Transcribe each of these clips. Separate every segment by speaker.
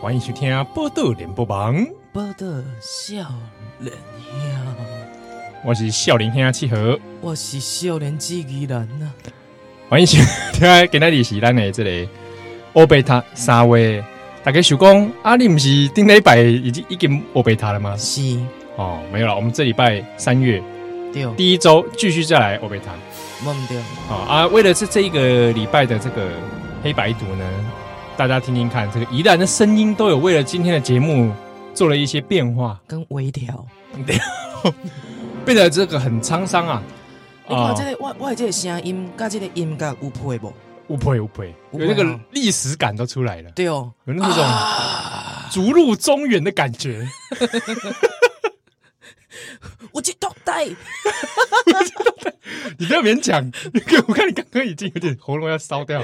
Speaker 1: 欢迎收听《报道联播网》，
Speaker 2: 报道少年兄，
Speaker 1: 我是少林兄七和，
Speaker 2: 我是少年之宜人啊呐、
Speaker 1: 欢迎收听今天日是咱的这个欧贝塔三位，大家想讲啊，你不是顶礼拜已经已经欧贝塔了吗？
Speaker 2: 是，
Speaker 1: 哦，没有了，我们这礼拜三月
Speaker 2: 对，
Speaker 1: 第一周继续再来欧贝塔。
Speaker 2: 我唔对，
Speaker 1: 好啊，为了这这一个礼拜的这个黑白读呢，大家听听看，这个宜兰的声音都有为了今天的节目做了一些变化，
Speaker 2: 跟微调。
Speaker 1: 变得这个很沧桑啊。
Speaker 2: 你看这个，我我的这个声音，甲这个音乐有配无？
Speaker 1: 误会误会，
Speaker 2: 误
Speaker 1: 有那
Speaker 2: 会
Speaker 1: 个
Speaker 2: 哦
Speaker 1: 历史感都出来了，
Speaker 2: 对啊哦，
Speaker 1: 有那种逐鹿中原的感觉。
Speaker 2: 我去倒带，
Speaker 1: 你不要勉强， 你看我看你刚刚已经有点喉咙要烧掉。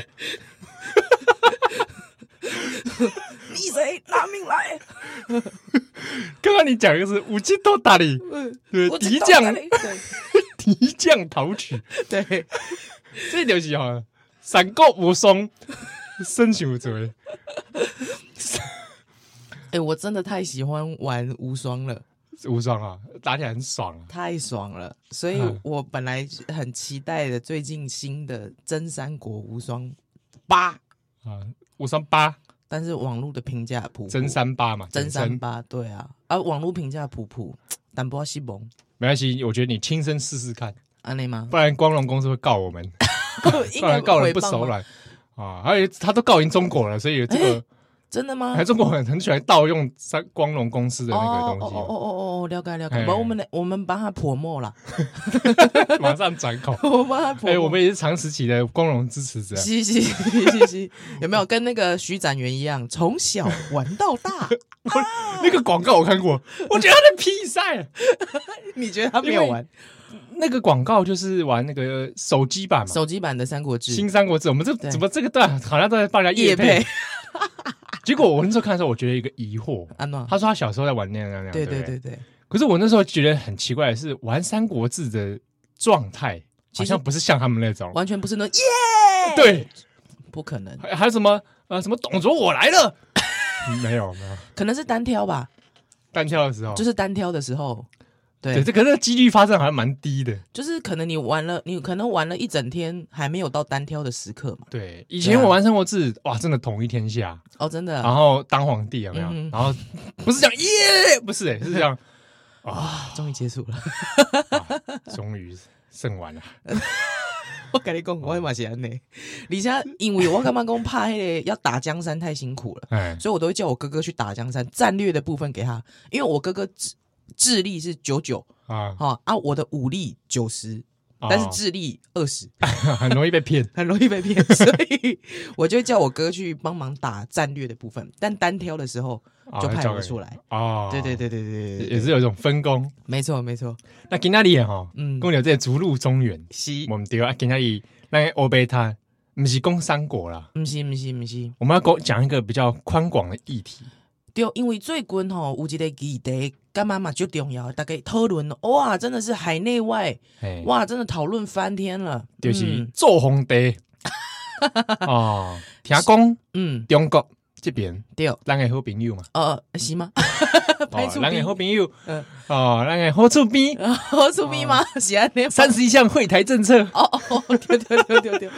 Speaker 2: 你谁拿命 来？
Speaker 1: 刚刚你讲的是五级多打理，对
Speaker 2: 我
Speaker 1: 敌
Speaker 2: 去倒
Speaker 1: 将
Speaker 2: 带对
Speaker 1: 敌将讨取，
Speaker 2: 对，
Speaker 1: 这就是哈，闪过无双，身手嘴。
Speaker 2: 哎、我真的太喜欢玩无双了，
Speaker 1: 无双啊，打起来很爽啊！
Speaker 2: 太爽了，所以
Speaker 1: 嗯
Speaker 2: 我本来很期待的最近新的《真三国无双八》，
Speaker 1: 啊，无双八
Speaker 2: 但是网络的评价普普
Speaker 1: 真三八嘛，
Speaker 2: 哦真
Speaker 1: 三
Speaker 2: 三八，对啊，啊，网络评价普普，但不要西蒙，
Speaker 1: 没关系，我觉得你亲身试试看，
Speaker 2: 安内吗
Speaker 1: 不？然光荣公司会告我们，
Speaker 2: 应
Speaker 1: 不然告人不 手
Speaker 2: 了，
Speaker 1: 软啊！而且他都告赢中国了，所以这 个
Speaker 2: 真的吗
Speaker 1: 还？中国很很喜欢盗用三光荣公司的那个
Speaker 2: 哦哦哦
Speaker 1: 东
Speaker 2: 哦哦，了解了
Speaker 1: 哎
Speaker 2: 解，把我们的我们把它泼墨 了，哦
Speaker 1: 西，马上转 口。
Speaker 2: 我们把啊它泼
Speaker 1: 哎，
Speaker 2: 墨。
Speaker 1: 我们也是长时期的光荣支持者，
Speaker 2: 嘻嘻嘻嘻嘻，有没有跟那个徐展元一样，从小玩到 大？
Speaker 1: 那个广告我看过，我觉得他在屁赛，
Speaker 2: 你觉得他没有玩
Speaker 1: 那个广告就是玩那个手机版嘛，
Speaker 2: 手机版的《三国志
Speaker 1: 新》？三国志，我们这
Speaker 2: 对
Speaker 1: 怎么这个段好像都在帮人家业
Speaker 2: 叶
Speaker 1: 配
Speaker 2: 佩。
Speaker 1: 结果我那时候看的时候，我觉得有一个疑惑，
Speaker 2: 安诺，
Speaker 1: 他说他小时候在玩那样那样那样，
Speaker 2: 对
Speaker 1: 对
Speaker 2: 对
Speaker 1: 不对
Speaker 2: 对对，
Speaker 1: 可是我那时候觉得很奇怪的是，玩《三国志》的状态好
Speaker 2: 其实
Speaker 1: 像不是像他们那种，
Speaker 2: 完全不是那耶，
Speaker 1: 对，
Speaker 2: 不可能，
Speaker 1: 还还有什么呃什么董卓我来了， 没有没有，
Speaker 2: 可能是单挑吧，
Speaker 1: 单挑的时候，
Speaker 2: 就是是单挑的时候，
Speaker 1: 对，
Speaker 2: 对，
Speaker 1: 这可是几率发生好像蛮低的。
Speaker 2: 就是可能你玩了，你可能玩了一整天，还没有到单挑的时刻嘛。
Speaker 1: 对，以前我玩《三国志》，哇，真的统一天下，
Speaker 2: 哦，真的
Speaker 1: 然
Speaker 2: 啊，
Speaker 1: 后当皇帝有没有
Speaker 2: 嗯？哼
Speaker 1: 然后不是这样耶，不是欸是这样，
Speaker 2: 终于结束了。
Speaker 1: 终于胜完了。
Speaker 2: 我跟你讲，我嘛是安尼，而且因为我干嘛讲怕那个要打江山太辛苦了。
Speaker 1: 哎，
Speaker 2: 所以我都会叫我哥哥去打江山，战略的部分给他，因为我哥哥智智力是九九
Speaker 1: 啊，
Speaker 2: 哈啊，我的武力九十，但是智力二十，
Speaker 1: 哦 很容易被骗。
Speaker 2: 很容易被骗，所以我就会叫我哥去帮忙打战略的部分，但单挑的时候
Speaker 1: 啊
Speaker 2: 就派
Speaker 1: 交
Speaker 2: 我
Speaker 1: 给
Speaker 2: 出来。
Speaker 1: 哦，
Speaker 2: 对对对对对对
Speaker 1: 也是有一种分工。
Speaker 2: 没错没错，
Speaker 1: 那今天里吼，
Speaker 2: 嗯，
Speaker 1: 公牛这个逐鹿中原，
Speaker 2: 西
Speaker 1: 我们对啊，今天里那欧贝塔，不是讲三国啦，
Speaker 2: 唔是唔是唔是，
Speaker 1: 我们要讲讲一个比较宽广的议题。
Speaker 2: 对，因为最近吼有一个议题，干嘛嘛就重要，大家讨论哇，真的是海内外
Speaker 1: 哎，
Speaker 2: 哇，嗯真的讨论翻天了，
Speaker 1: 就是做皇帝哦，听讲
Speaker 2: 嗯嗯
Speaker 1: 中国这边
Speaker 2: 对。啊
Speaker 1: 咱的好朋友嘛，
Speaker 2: 呃，是吗？ 拍
Speaker 1: 哦，
Speaker 2: 出
Speaker 1: 咱
Speaker 2: 兵
Speaker 1: 的好朋友
Speaker 2: 嗯，
Speaker 1: 哦，咱的好厝边，
Speaker 2: 好出兵吗？是安尼吗？
Speaker 1: 哦三十一项会台政策，
Speaker 2: 哦哦， 对对对对对。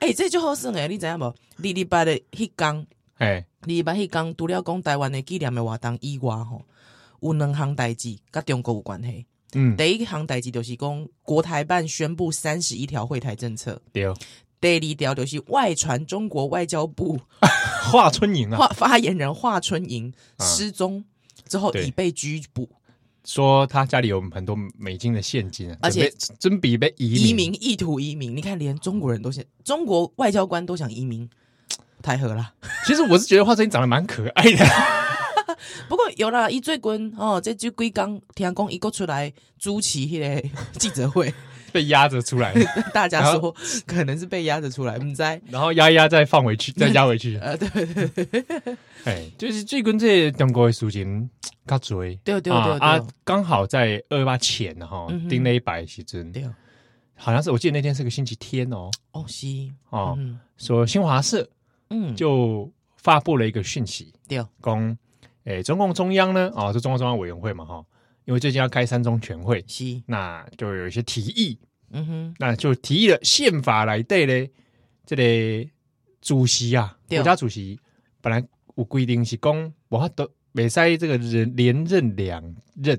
Speaker 2: 哎，这就好耍诶，你知影无？礼礼拜的迄工，
Speaker 1: 哎，
Speaker 2: 礼拜迄工，除了讲台湾的纪念的活动以外，吼，有两项代志甲中国有关系。
Speaker 1: 嗯，
Speaker 2: 第一项代志就是讲国台办宣布三十一条惠台政策，
Speaker 1: 对，
Speaker 2: 第二条就是外传中国外交部
Speaker 1: 华春莹啊，
Speaker 2: 发发言人华春莹
Speaker 1: 啊
Speaker 2: 失踪之后
Speaker 1: 对
Speaker 2: 已被拘捕，
Speaker 1: 说他家里有很多美金的现金啊，
Speaker 2: 而且
Speaker 1: 准备准备被
Speaker 2: 移
Speaker 1: 移民
Speaker 2: 民意图移民，你看连中国人都想，中国外交官都想移民，太合啦。
Speaker 1: 其实我是觉得华晨宇长得蛮可爱的，
Speaker 2: 不过有啦，伊 最近哦，这就几工听讲伊个出来主持迄个记者会，
Speaker 1: 被压着出来，
Speaker 2: 大家
Speaker 1: 然
Speaker 2: 说可能是被压着出来，唔知
Speaker 1: 然后压一压再放回 去，再压回去。
Speaker 2: 呃，对对对对
Speaker 1: 哎，就是最近这中国的事情较多。
Speaker 2: 对对
Speaker 1: 啊啊
Speaker 2: 对，
Speaker 1: 刚好在二八前哈
Speaker 2: 嗯，哼
Speaker 1: 顶了一百时阵，
Speaker 2: 对，
Speaker 1: 好像是我记得那天是个星期天哦
Speaker 2: 哦是，
Speaker 1: 哦，
Speaker 2: 嗯
Speaker 1: 说新华社
Speaker 2: 嗯，
Speaker 1: 就发布了一个讯息，
Speaker 2: 对
Speaker 1: 讲诶中共中央呢啊，是中共中央委员会嘛哈，因为最近要开三中全会，
Speaker 2: 是，
Speaker 1: 那就有一些提议，
Speaker 2: 嗯哼，
Speaker 1: 那就提议了宪法来对嘞，这个主席啊，
Speaker 2: 对
Speaker 1: 国家主席本来有规定是讲，我都没使这个人连任两任，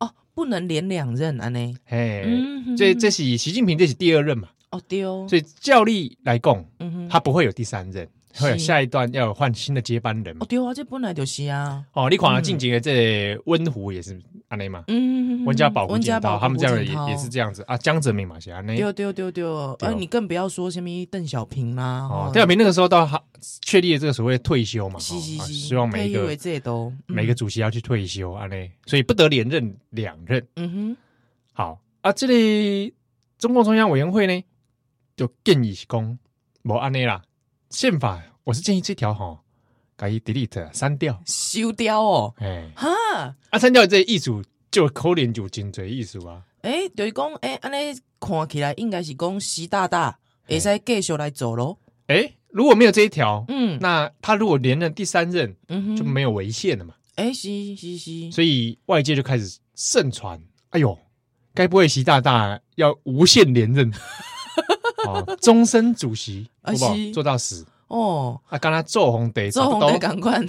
Speaker 2: 哦，不能连两任安呢，
Speaker 1: 嘿，
Speaker 2: 嗯哼，
Speaker 1: 哎这这是习近平这是第二任嘛，
Speaker 2: 哦对哦，
Speaker 1: 所以照例来讲，
Speaker 2: 嗯哼，
Speaker 1: 他不会有第三任，
Speaker 2: 是
Speaker 1: 会有下一段要有换新的接班人
Speaker 2: 哦
Speaker 1: 嘛。
Speaker 2: 对啊，这本来就是啊，
Speaker 1: 哦，你看啊，
Speaker 2: 嗯
Speaker 1: 近几年这温湖也是安内嘛，
Speaker 2: 嗯，
Speaker 1: 温家宝、胡
Speaker 2: 温
Speaker 1: 锦
Speaker 2: 家
Speaker 1: 涛
Speaker 2: 宝
Speaker 1: 他们这样的
Speaker 2: 胡锦涛
Speaker 1: 也也是这样子啊，江泽民嘛是安内。
Speaker 2: 对对对对，
Speaker 1: 对啊
Speaker 2: 呃，你更不要说什么邓小平啊啦，
Speaker 1: 哦
Speaker 2: 吼，
Speaker 1: 邓小平那个时候到他确立了这个所谓的退休嘛，
Speaker 2: 是是
Speaker 1: 哦啊
Speaker 2: 是，
Speaker 1: 希望每一
Speaker 2: 退
Speaker 1: 个
Speaker 2: 役为这都嗯
Speaker 1: 每个，主席要去退休啊嘞，所以不得连任两任。
Speaker 2: 嗯嗯
Speaker 1: 好啊，这里中共中央委员会呢就建议是讲，无安内啦，宪法我是建议这条吼，改 delete 删掉
Speaker 2: 哼，，修掉哦，
Speaker 1: 哎，
Speaker 2: 哈，
Speaker 1: 啊删掉这艺术就扣脸就颈椎艺术啊，
Speaker 2: 诶，就是讲，诶，安尼看起来应该是讲习大大会使继续来做咯，
Speaker 1: 哎，如果没有这一条，
Speaker 2: 嗯，
Speaker 1: 那他如果连任第三任
Speaker 2: 嗯哼，
Speaker 1: 就没有违宪了嘛，
Speaker 2: 诶，是是是，
Speaker 1: 所以外界就开始盛传，哎呦，该不会习大大要无限连 任？哦，终身主席，好
Speaker 2: 啊
Speaker 1: 不好
Speaker 2: 是
Speaker 1: 做到死
Speaker 2: 哦，
Speaker 1: 啊！刚他做红得
Speaker 2: 周红的
Speaker 1: 差
Speaker 2: 感官，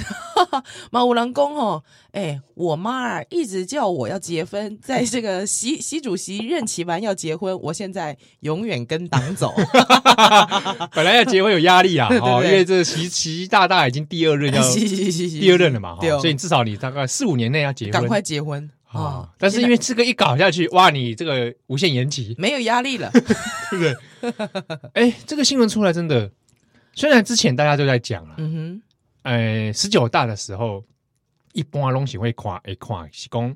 Speaker 2: 嘛有人讲吼，诶，我妈儿一直叫我要结婚，在这个习习主席任期完要结婚，我现在永远跟党走。
Speaker 1: 不多，本来要结婚有压力 啊，哦，
Speaker 2: 对
Speaker 1: 因为这习习大大已经第二任 要
Speaker 2: 是是是是，
Speaker 1: 第二任了嘛，
Speaker 2: 对
Speaker 1: 哦
Speaker 2: 哦
Speaker 1: 所以你至少你大概四五年内要结
Speaker 2: 赶快
Speaker 1: 婚
Speaker 2: 结婚
Speaker 1: 啊
Speaker 2: 啊！！
Speaker 1: 但是因为这个一搞下去，哇，你这个无限延期，
Speaker 2: 没有压 力了，
Speaker 1: 对不对？哎，这个新闻出来真的，虽然之前大家都在讲啊了，
Speaker 2: 嗯
Speaker 1: 呃，十九大的时候，一般拢是会看，会看是讲，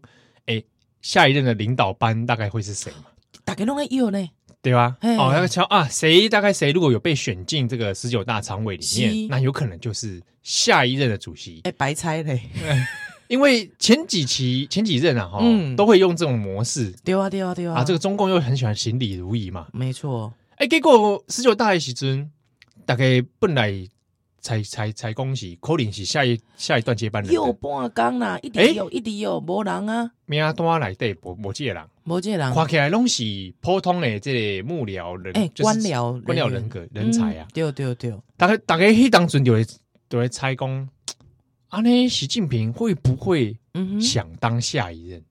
Speaker 1: 诶，下一任的领导班大概会是谁嘛，
Speaker 2: 哼，大家拢在摇呢，
Speaker 1: 对吧？
Speaker 2: 嘿
Speaker 1: 哦，那个瞧啊，谁大概谁如果有被选进这个十九大常委里面
Speaker 2: 是，
Speaker 1: 那有可能就是下一任的主席，
Speaker 2: 哎，白猜嘞，
Speaker 1: 因为前几期前几任啊，哈、
Speaker 2: 嗯
Speaker 1: 都会用这种模式
Speaker 2: 对啊对啊对啊，
Speaker 1: 啊，这个中共又很喜欢行礼如仪嘛，
Speaker 2: 没错，
Speaker 1: 哎，结果十九大的时阵，大概本来才才才恭喜，可能是下一下一段接班人
Speaker 2: 又
Speaker 1: 的，
Speaker 2: 半工啦，一
Speaker 1: 哎
Speaker 2: 直摇一直摇，无人啊，
Speaker 1: 名单来对，无无这个人。
Speaker 2: 无这个人，
Speaker 1: 看起来拢是普通的这个幕僚人，
Speaker 2: 哎，
Speaker 1: 就是
Speaker 2: 官僚
Speaker 1: 官僚
Speaker 2: 员
Speaker 1: 人格人才啊
Speaker 2: 嗯。对对对，
Speaker 1: 大概大概迄当阵就会就会猜讲，啊，那习近平会不会
Speaker 2: 嗯哼，
Speaker 1: 想当下一
Speaker 2: 嗯
Speaker 1: 任？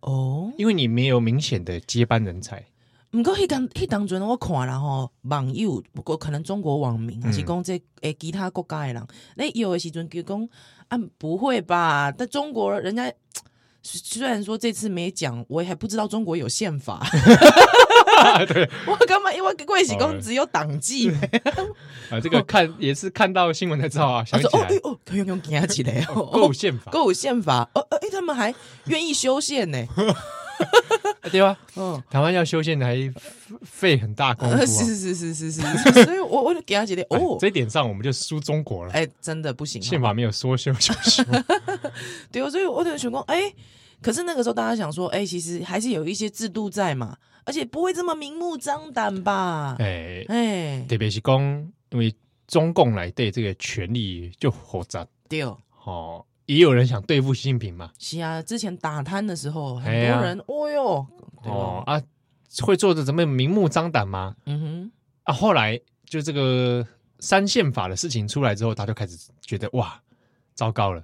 Speaker 2: 哦，
Speaker 1: 因为你没有明显的接班人 才，
Speaker 2: 毋过迄当迄当阵我看了吼，网友不过可能中国网民，
Speaker 1: 嗯
Speaker 2: 还是讲这诶其他国家的人，那有的时阵就讲啊不会吧？但中国人家虽然说这次没讲，我还不知道中国有宪法。
Speaker 1: 对
Speaker 2: 我干嘛？因为贵喜公只有党纪，
Speaker 1: 嗯啊，这个看也是看到新闻才知道啊，
Speaker 2: 我
Speaker 1: 想起
Speaker 2: 说哦
Speaker 1: 来
Speaker 2: 哎哦，可以用用行起来哦，
Speaker 1: 够宪法
Speaker 2: 够宪法哦，哎，他们还愿意修宪 呢，
Speaker 1: 啊对吧？
Speaker 2: 嗯。
Speaker 1: 台湾要修宪还费很大功夫
Speaker 2: 呃，
Speaker 1: 啊，
Speaker 2: 是是是是是是，所以我我就给他觉得
Speaker 1: 哎
Speaker 2: 哦，
Speaker 1: 这一点上我们就输中国了，
Speaker 2: 哎，真的不行，
Speaker 1: 宪法没有说修就修。
Speaker 2: 对啊，所以我就想说，哎、可是那个时候大家想说，哎、其实还是有一些制度在嘛，而且不会这么明目张胆吧？哎、
Speaker 1: 哎，特别是讲，因为中共来对这个权力就复杂
Speaker 2: 对，
Speaker 1: 哦，也有人想对付习近平嘛，
Speaker 2: 是啊，之前打贪的时候，很
Speaker 1: 哎呀
Speaker 2: 多人，哦哟，对吧？
Speaker 1: 哦啊，会做的怎么明目张胆吗？
Speaker 2: 嗯哼，
Speaker 1: 啊，后来就这个三宪法的事情出来之后，他就开始觉得哇，糟糕了，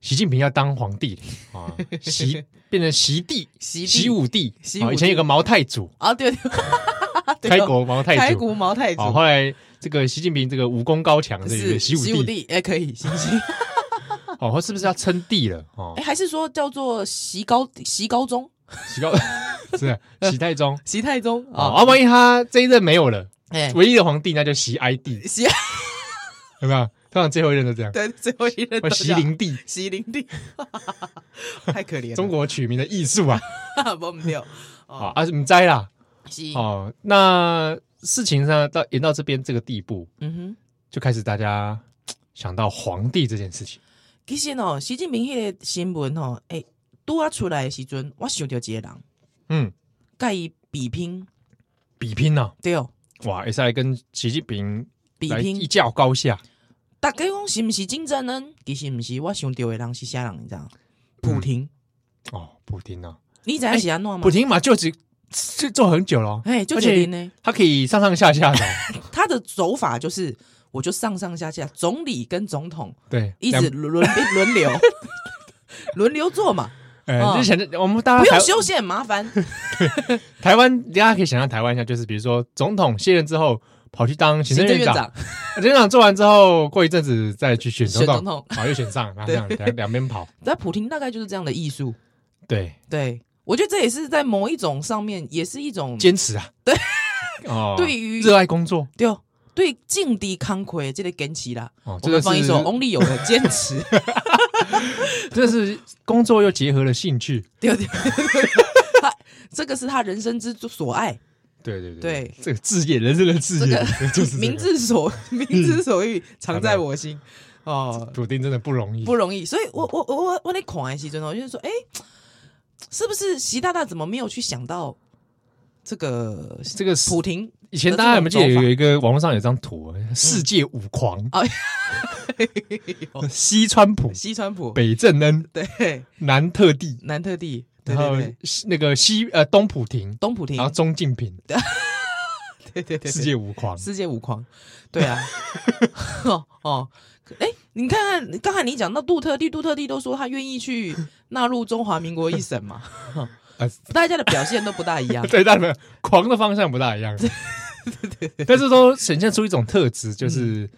Speaker 1: 习近平要当皇帝了 啊，习变成习帝、
Speaker 2: 习
Speaker 1: 习
Speaker 2: 帝
Speaker 1: 武帝
Speaker 2: 习
Speaker 1: 啊，
Speaker 2: 武
Speaker 1: 以前有
Speaker 2: 帝
Speaker 1: 个毛太祖，
Speaker 2: 啊，对对对
Speaker 1: 开
Speaker 2: 哦
Speaker 1: 国毛太
Speaker 2: 开
Speaker 1: 祖，
Speaker 2: 国毛太祖
Speaker 1: 哦，后来这个习近平这个武功高强，这
Speaker 2: 是
Speaker 1: 个习武
Speaker 2: 武
Speaker 1: 帝，
Speaker 2: 帝，哎、可以行行，
Speaker 1: 哦，是不是要称帝了？哦
Speaker 2: 哎、，还是说叫做习高习高宗、
Speaker 1: 习 高是习太宗。
Speaker 2: 习太宗
Speaker 1: 哦，啊，
Speaker 2: 啊？
Speaker 1: 万一他这一任没有了，
Speaker 2: 哎、
Speaker 1: 唯一的皇帝那就习哀帝，
Speaker 2: 习
Speaker 1: 有没有？通常最后一任都这样，
Speaker 2: 对啊最后一任
Speaker 1: 或
Speaker 2: 都
Speaker 1: 习
Speaker 2: 叫
Speaker 1: 灵帝，
Speaker 2: 习灵 帝，太可怜了，
Speaker 1: 中国取名的艺术啊，
Speaker 2: 国 忘不掉哦
Speaker 1: 啊，啊，唔知啦，
Speaker 2: 是，
Speaker 1: 哦，那事情上到演到这边这个地步，
Speaker 2: 嗯哼。
Speaker 1: 就开始大家想到皇帝这件事情。
Speaker 2: 其实哦，习近平迄个新闻哦，诶、拄啊出来的时阵，我想到一个人，
Speaker 1: 嗯，
Speaker 2: 甲伊比拼，
Speaker 1: 比拼呢、
Speaker 2: 对哦，
Speaker 1: 哇，也是来跟习近平
Speaker 2: 比
Speaker 1: 来一
Speaker 2: 拼。
Speaker 1: 较高下。
Speaker 2: 大家讲是毋是金正恩？其实毋是，我想到的人是啥人，你知道吗？普廷，
Speaker 1: 哦，普京啊，
Speaker 2: 你知影是安怎吗？
Speaker 1: 嗯普京嘛就只就做很久了哦，
Speaker 2: 嗯哎，就
Speaker 1: 而
Speaker 2: 这
Speaker 1: 且
Speaker 2: 林呢，
Speaker 1: 他可以上上下下 的哦，
Speaker 2: 他的走法就是，我就上上下下，总理跟总统
Speaker 1: 对，
Speaker 2: 一
Speaker 1: 两
Speaker 2: 直轮轮 轮流，轮流做嘛，
Speaker 1: 哎，
Speaker 2: 嗯
Speaker 1: 就想着我们大
Speaker 2: 不
Speaker 1: 家
Speaker 2: 用
Speaker 1: 台
Speaker 2: 休息很麻烦。
Speaker 1: 台湾，大家可以想象台湾一下，就是比如说总统卸任之后跑去当行
Speaker 2: 行
Speaker 1: 政
Speaker 2: 政
Speaker 1: 院长，
Speaker 2: 院长
Speaker 1: 行政院长做完之后，过一阵子再去选
Speaker 2: 选
Speaker 1: 总
Speaker 2: 总
Speaker 1: 统，
Speaker 2: 统，
Speaker 1: 好又选上，然后这样两两边跑，
Speaker 2: 那普廷大概就是这样的艺术。
Speaker 1: 对，
Speaker 2: 对，我觉得这也是在某一种上面，也是一种
Speaker 1: 坚持啊，对，哦，
Speaker 2: 对于
Speaker 1: 热爱工作
Speaker 2: 对哦对劲敌康奎这个坚持啦。
Speaker 1: 哦，
Speaker 2: 我
Speaker 1: 这个
Speaker 2: 们放一
Speaker 1: 是
Speaker 2: 首 Only 有的坚持，
Speaker 1: 这是工作又结合了兴趣，
Speaker 2: 对对对，他这个是他人生之所爱，
Speaker 1: 对对
Speaker 2: 对
Speaker 1: 这个字眼，人生的字
Speaker 2: 这
Speaker 1: 眼
Speaker 2: 个，
Speaker 1: 就是
Speaker 2: 民
Speaker 1: 字。
Speaker 2: 之所民之所欲，常在我心。哦，
Speaker 1: 普丁真的不容易，
Speaker 2: 不容易，所以我我我我我在恐的时阵哦，就是说，哎、是不是习大大怎么没有去想到这个
Speaker 1: 这个是
Speaker 2: 普廷？
Speaker 1: 以前大家有没有记得有有一个嗯网络上有张图，啊世界五 狂
Speaker 2: 哎，
Speaker 1: 西川普、
Speaker 2: 西川普
Speaker 1: 北正恩、
Speaker 2: 对
Speaker 1: 南特地，
Speaker 2: 南特地，对
Speaker 1: 然后
Speaker 2: 对对，
Speaker 1: 西那个西呃东普廷，
Speaker 2: 东普廷
Speaker 1: 然，后中竞平，
Speaker 2: 对对对，
Speaker 1: 世界五狂，
Speaker 2: 世界 五狂，对啊， 哦哦，哎、你看看刚才你讲到杜特地，杜特地都说他愿意去纳入中华民国一省嘛，
Speaker 1: 呃，
Speaker 2: 大家的表现都不大一样，
Speaker 1: 对，但没有狂的方向不大一 样，但是都显现出一种特质，
Speaker 2: 嗯
Speaker 1: 就是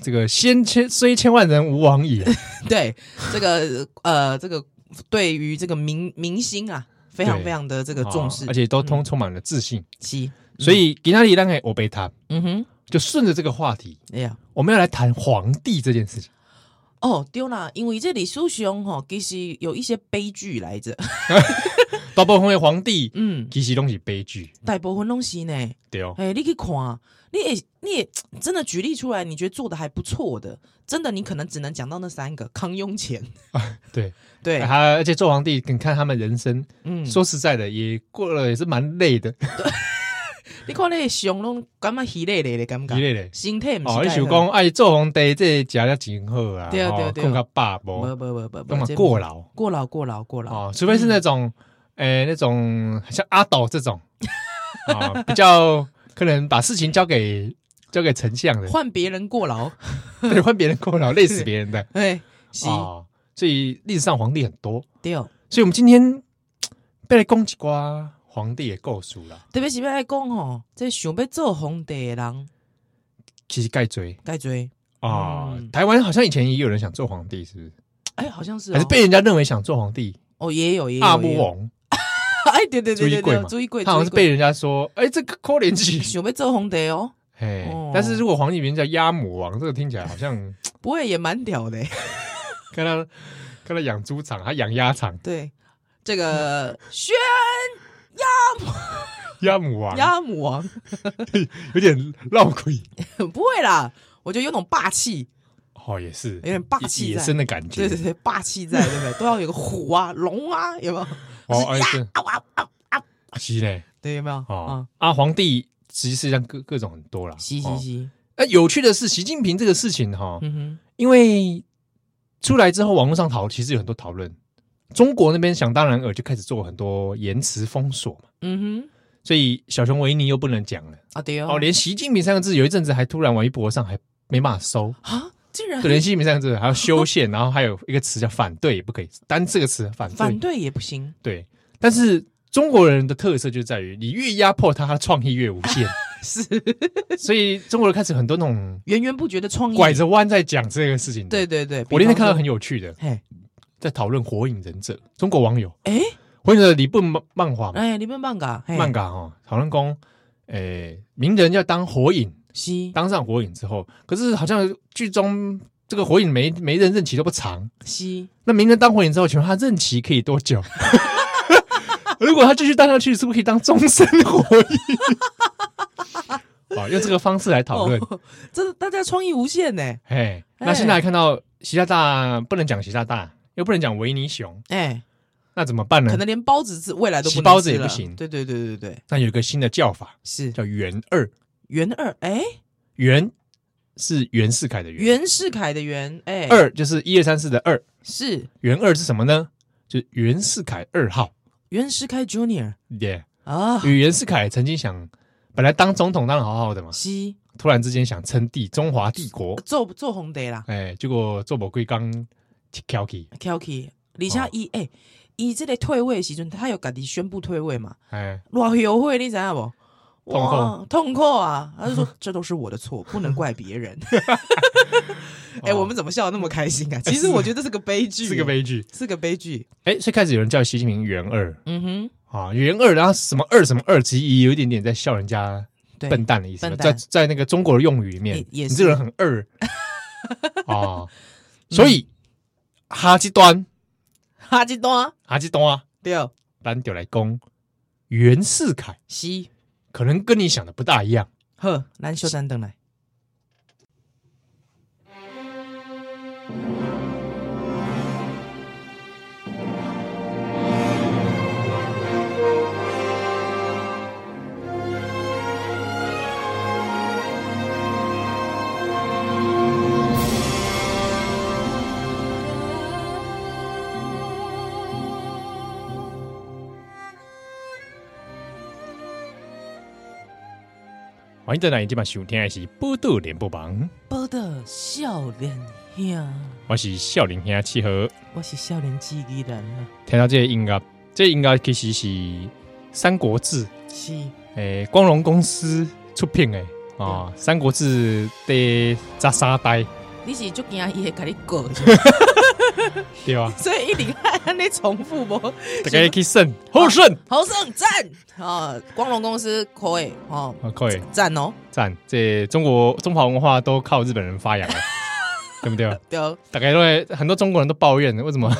Speaker 1: 这个先千虽千万人吾往矣啊，
Speaker 2: 对这个呃这个对于这个明明星啊，非常
Speaker 1: 对
Speaker 2: 非常 的这个重视嗯
Speaker 1: 哦而，且都通充满了自信，
Speaker 2: 期，
Speaker 1: 所以吉纳里当然我被他
Speaker 2: 嗯哼，
Speaker 1: 就顺着这个话题，
Speaker 2: 哎呀。
Speaker 1: 我们要来谈皇帝这件事情。
Speaker 2: 哦，对啦，因为这里苏雄吼，其实有一些悲剧来着，
Speaker 1: 大部分的皇帝
Speaker 2: 嗯，
Speaker 1: 其实都是悲剧，
Speaker 2: 大部分拢是呢，
Speaker 1: 对哦，
Speaker 2: 哎、你去看，你也你也真的举例出来，你觉得做的还不错的，真的你可能只能讲到那三个康雍乾，
Speaker 1: 对，
Speaker 2: 对，
Speaker 1: 哎他而且做皇帝，你看他们人生，
Speaker 2: 嗯，
Speaker 1: 说实在的，也过了也是蛮累的，
Speaker 2: 你看那个熊拢感觉稀累累的感
Speaker 1: 一
Speaker 2: 觉，
Speaker 1: 类的。
Speaker 2: 身体不
Speaker 1: 哦，
Speaker 2: 是
Speaker 1: 你
Speaker 2: 太好
Speaker 1: 想讲，哎，做皇帝这食了真好啊，
Speaker 2: 嗯对对
Speaker 1: 哦
Speaker 2: 对啊
Speaker 1: 困到饱
Speaker 2: 不
Speaker 1: 无，
Speaker 2: 不不不
Speaker 1: 那么
Speaker 2: 不，这
Speaker 1: 过劳
Speaker 2: 过劳过劳过劳，
Speaker 1: 哦，除非是那种，
Speaker 2: 嗯
Speaker 1: 诶，那种像阿斗这 种，啊，比较可能把事情交给交给丞相的，
Speaker 2: 换别人过劳，
Speaker 1: 对，换别人过 劳，累死别人的
Speaker 2: 哎，是
Speaker 1: 啊，所以历史上皇帝很多，
Speaker 2: 对，哦
Speaker 1: 所以我们今天要来讲一寡皇帝的故事啦，
Speaker 2: 特别是要来讲吼，这想要做皇帝的人
Speaker 1: 其实盖追
Speaker 2: 该追，
Speaker 1: 啊
Speaker 2: 嗯，
Speaker 1: 台湾好像以前也有人想做皇帝，是不是？
Speaker 2: 哎，好像是、哦，
Speaker 1: 还是被人家认为想做皇帝？
Speaker 2: 哦也有也有，
Speaker 1: 阿姆
Speaker 2: 也有，
Speaker 1: 王
Speaker 2: 哎对对对
Speaker 1: 朱一
Speaker 2: 对
Speaker 1: 贵
Speaker 2: 对，
Speaker 1: 嘛
Speaker 2: 朱一贵，
Speaker 1: 他好像是
Speaker 2: 朱一贵
Speaker 1: 被人家说，哎，这个扣连起。
Speaker 2: 想要做皇帝哦，
Speaker 1: 嘿
Speaker 2: 哦，
Speaker 1: 但是如果皇帝名叫鸭母王，这个听起来好 像
Speaker 2: 不会也蛮屌的。
Speaker 1: 看他看他养猪场，他养鸭场，
Speaker 2: 对，这个宣
Speaker 1: 鸭母王
Speaker 2: 鸭母王
Speaker 1: 有点闹鬼。
Speaker 2: 不会啦，我觉得有种霸气，
Speaker 1: 哦，也是有
Speaker 2: 点霸气在
Speaker 1: 野生的感觉
Speaker 2: 对。对对，霸气在，对不对？都要有个虎啊、龙啊，有没有？
Speaker 1: 哦，
Speaker 2: 是
Speaker 1: 哎
Speaker 2: 鸭
Speaker 1: 是
Speaker 2: 啊哇啊，
Speaker 1: 是嘞，
Speaker 2: 对，有没有？
Speaker 1: 哦
Speaker 2: 啊，
Speaker 1: 啊，皇帝其实世界上各各种很多啦。
Speaker 2: 嘻
Speaker 1: 哦
Speaker 2: 嘻嘻，
Speaker 1: 呃，有趣的是，习近平这个事情哈、
Speaker 2: 嗯哼，
Speaker 1: 因为出来之后，网络上讨其实有很多讨论。中国那边想当然尔就开始做很多延迟封锁嘛，
Speaker 2: 嗯哼，
Speaker 1: 所以小熊维尼又不能讲了。
Speaker 2: 啊对
Speaker 1: 哦，
Speaker 2: 哦，
Speaker 1: 连习近平三个字有一阵子还突然微博上还没办法搜，
Speaker 2: 啊，竟然
Speaker 1: 对，连习近平三个字还要修宪，然后还有一个词叫反对也不可以，单这个词反对。
Speaker 2: 反对也不行，
Speaker 1: 对，但是中国人的特色就在于你越压迫他，他创意越无限。
Speaker 2: 是
Speaker 1: 所以中国人开始很多那种
Speaker 2: 源源不绝的创意，
Speaker 1: 拐着弯在讲这个事情。
Speaker 2: 对，对对，
Speaker 1: 我那天看到很
Speaker 2: 有，
Speaker 1: 有趣的，
Speaker 2: 嘿，
Speaker 1: 在讨论《火影忍者》，中国网友。
Speaker 2: 哎
Speaker 1: 或者你不漫漫画嘛，
Speaker 2: 哎，你们漫嘎，嘿
Speaker 1: 漫改哦，讨论公，诶、鸣人要当火影，
Speaker 2: 是
Speaker 1: 当上火影之后，可是好像剧中这个火影没没任任期都不长。
Speaker 2: 是，
Speaker 1: 那鸣人当火影之后，请问他任期可以多久？ 如果他继续当下去，是不是可以当终身火影？啊，用这个方式来讨 论。
Speaker 2: 哦，哎真的大家创意无限呢、
Speaker 1: 嘿，那现在还看到习大大不能讲习大大，又不能讲维尼熊，
Speaker 2: 哎、
Speaker 1: 那怎么办呢
Speaker 2: 可？能连包子是未来都不
Speaker 1: 洗
Speaker 2: 能
Speaker 1: 包子也
Speaker 2: 吃
Speaker 1: 不
Speaker 2: 了
Speaker 1: 行
Speaker 2: 对对对对对，
Speaker 1: 那有一个新的叫法
Speaker 2: 是
Speaker 1: 叫元二，
Speaker 2: 袁二，哎、
Speaker 1: 元是袁世凯的元，
Speaker 2: 袁世凯的袁，哎、
Speaker 1: 二就是一二三四的二，
Speaker 2: 是
Speaker 1: 元二是什么呢？就是袁世凯二号，
Speaker 2: 袁世凯 Junior
Speaker 1: 耶、
Speaker 2: 啊，
Speaker 1: 与袁世凯曾经想，本来当总统当的好好的嘛，
Speaker 2: 是
Speaker 1: 突然之间想称帝中华帝国，
Speaker 2: 做做红的啦
Speaker 1: 哎，结果做某贵刚 k i
Speaker 2: ，Kelky，李佳
Speaker 1: 哦
Speaker 2: 一，哎、伊这个退位的时阵，他有家己宣布退位嘛，
Speaker 1: 哎，
Speaker 2: 偌后悔，你知影无？
Speaker 1: 痛苦
Speaker 2: 哇，痛苦啊！他就说 这都是我的错，不能怪 别人。 哎、我们怎么笑得那么开心 啊？其实我觉得这个悲剧，
Speaker 1: 哦是个，悲剧，
Speaker 2: 是个悲剧。
Speaker 1: 哎，所以开始有人叫习近平元二
Speaker 2: 嗯哼，
Speaker 1: 啊，元二，然后什么二什么二，其实也有一点点在笑人家
Speaker 2: 对，
Speaker 1: 笨蛋的意思，
Speaker 2: 哎笨
Speaker 1: 在
Speaker 2: 蛋
Speaker 1: 在那个中国的用语里面
Speaker 2: 也，也
Speaker 1: 你
Speaker 2: 是
Speaker 1: 这个人很 二啊，所
Speaker 2: 嗯
Speaker 1: 以哈基端
Speaker 2: 哈基多
Speaker 1: 哈基端啊，
Speaker 2: 对，
Speaker 1: 咱就来攻袁世凯，
Speaker 2: 是
Speaker 1: 可能跟你想的不大一样。
Speaker 2: 好，咱小等等来。
Speaker 1: 欢迎再来，今晚收听的是《波多连播榜》，
Speaker 2: 报道少年兄，
Speaker 1: 我是少林兄七和。
Speaker 2: 我是少年机器人啊，
Speaker 1: 听到这个音乐，这个音乐其实是《三国志》
Speaker 2: 是
Speaker 1: 诶、光荣公司出品诶啊，三国志》第十三代
Speaker 2: 你是足惊伊会甲你过，
Speaker 1: 对
Speaker 2: ？
Speaker 1: 吧
Speaker 2: 所以一直安尼重复无。
Speaker 1: 大家去 胜后胜，
Speaker 2: 侯胜赞啊，光荣公司可以哦，
Speaker 1: 啊，可以
Speaker 2: 赞哦，
Speaker 1: 赞！这中国中华文化都靠日本人发 扬了，对不对？
Speaker 2: 对，
Speaker 1: 大概都会很多中国人都抱怨，为什么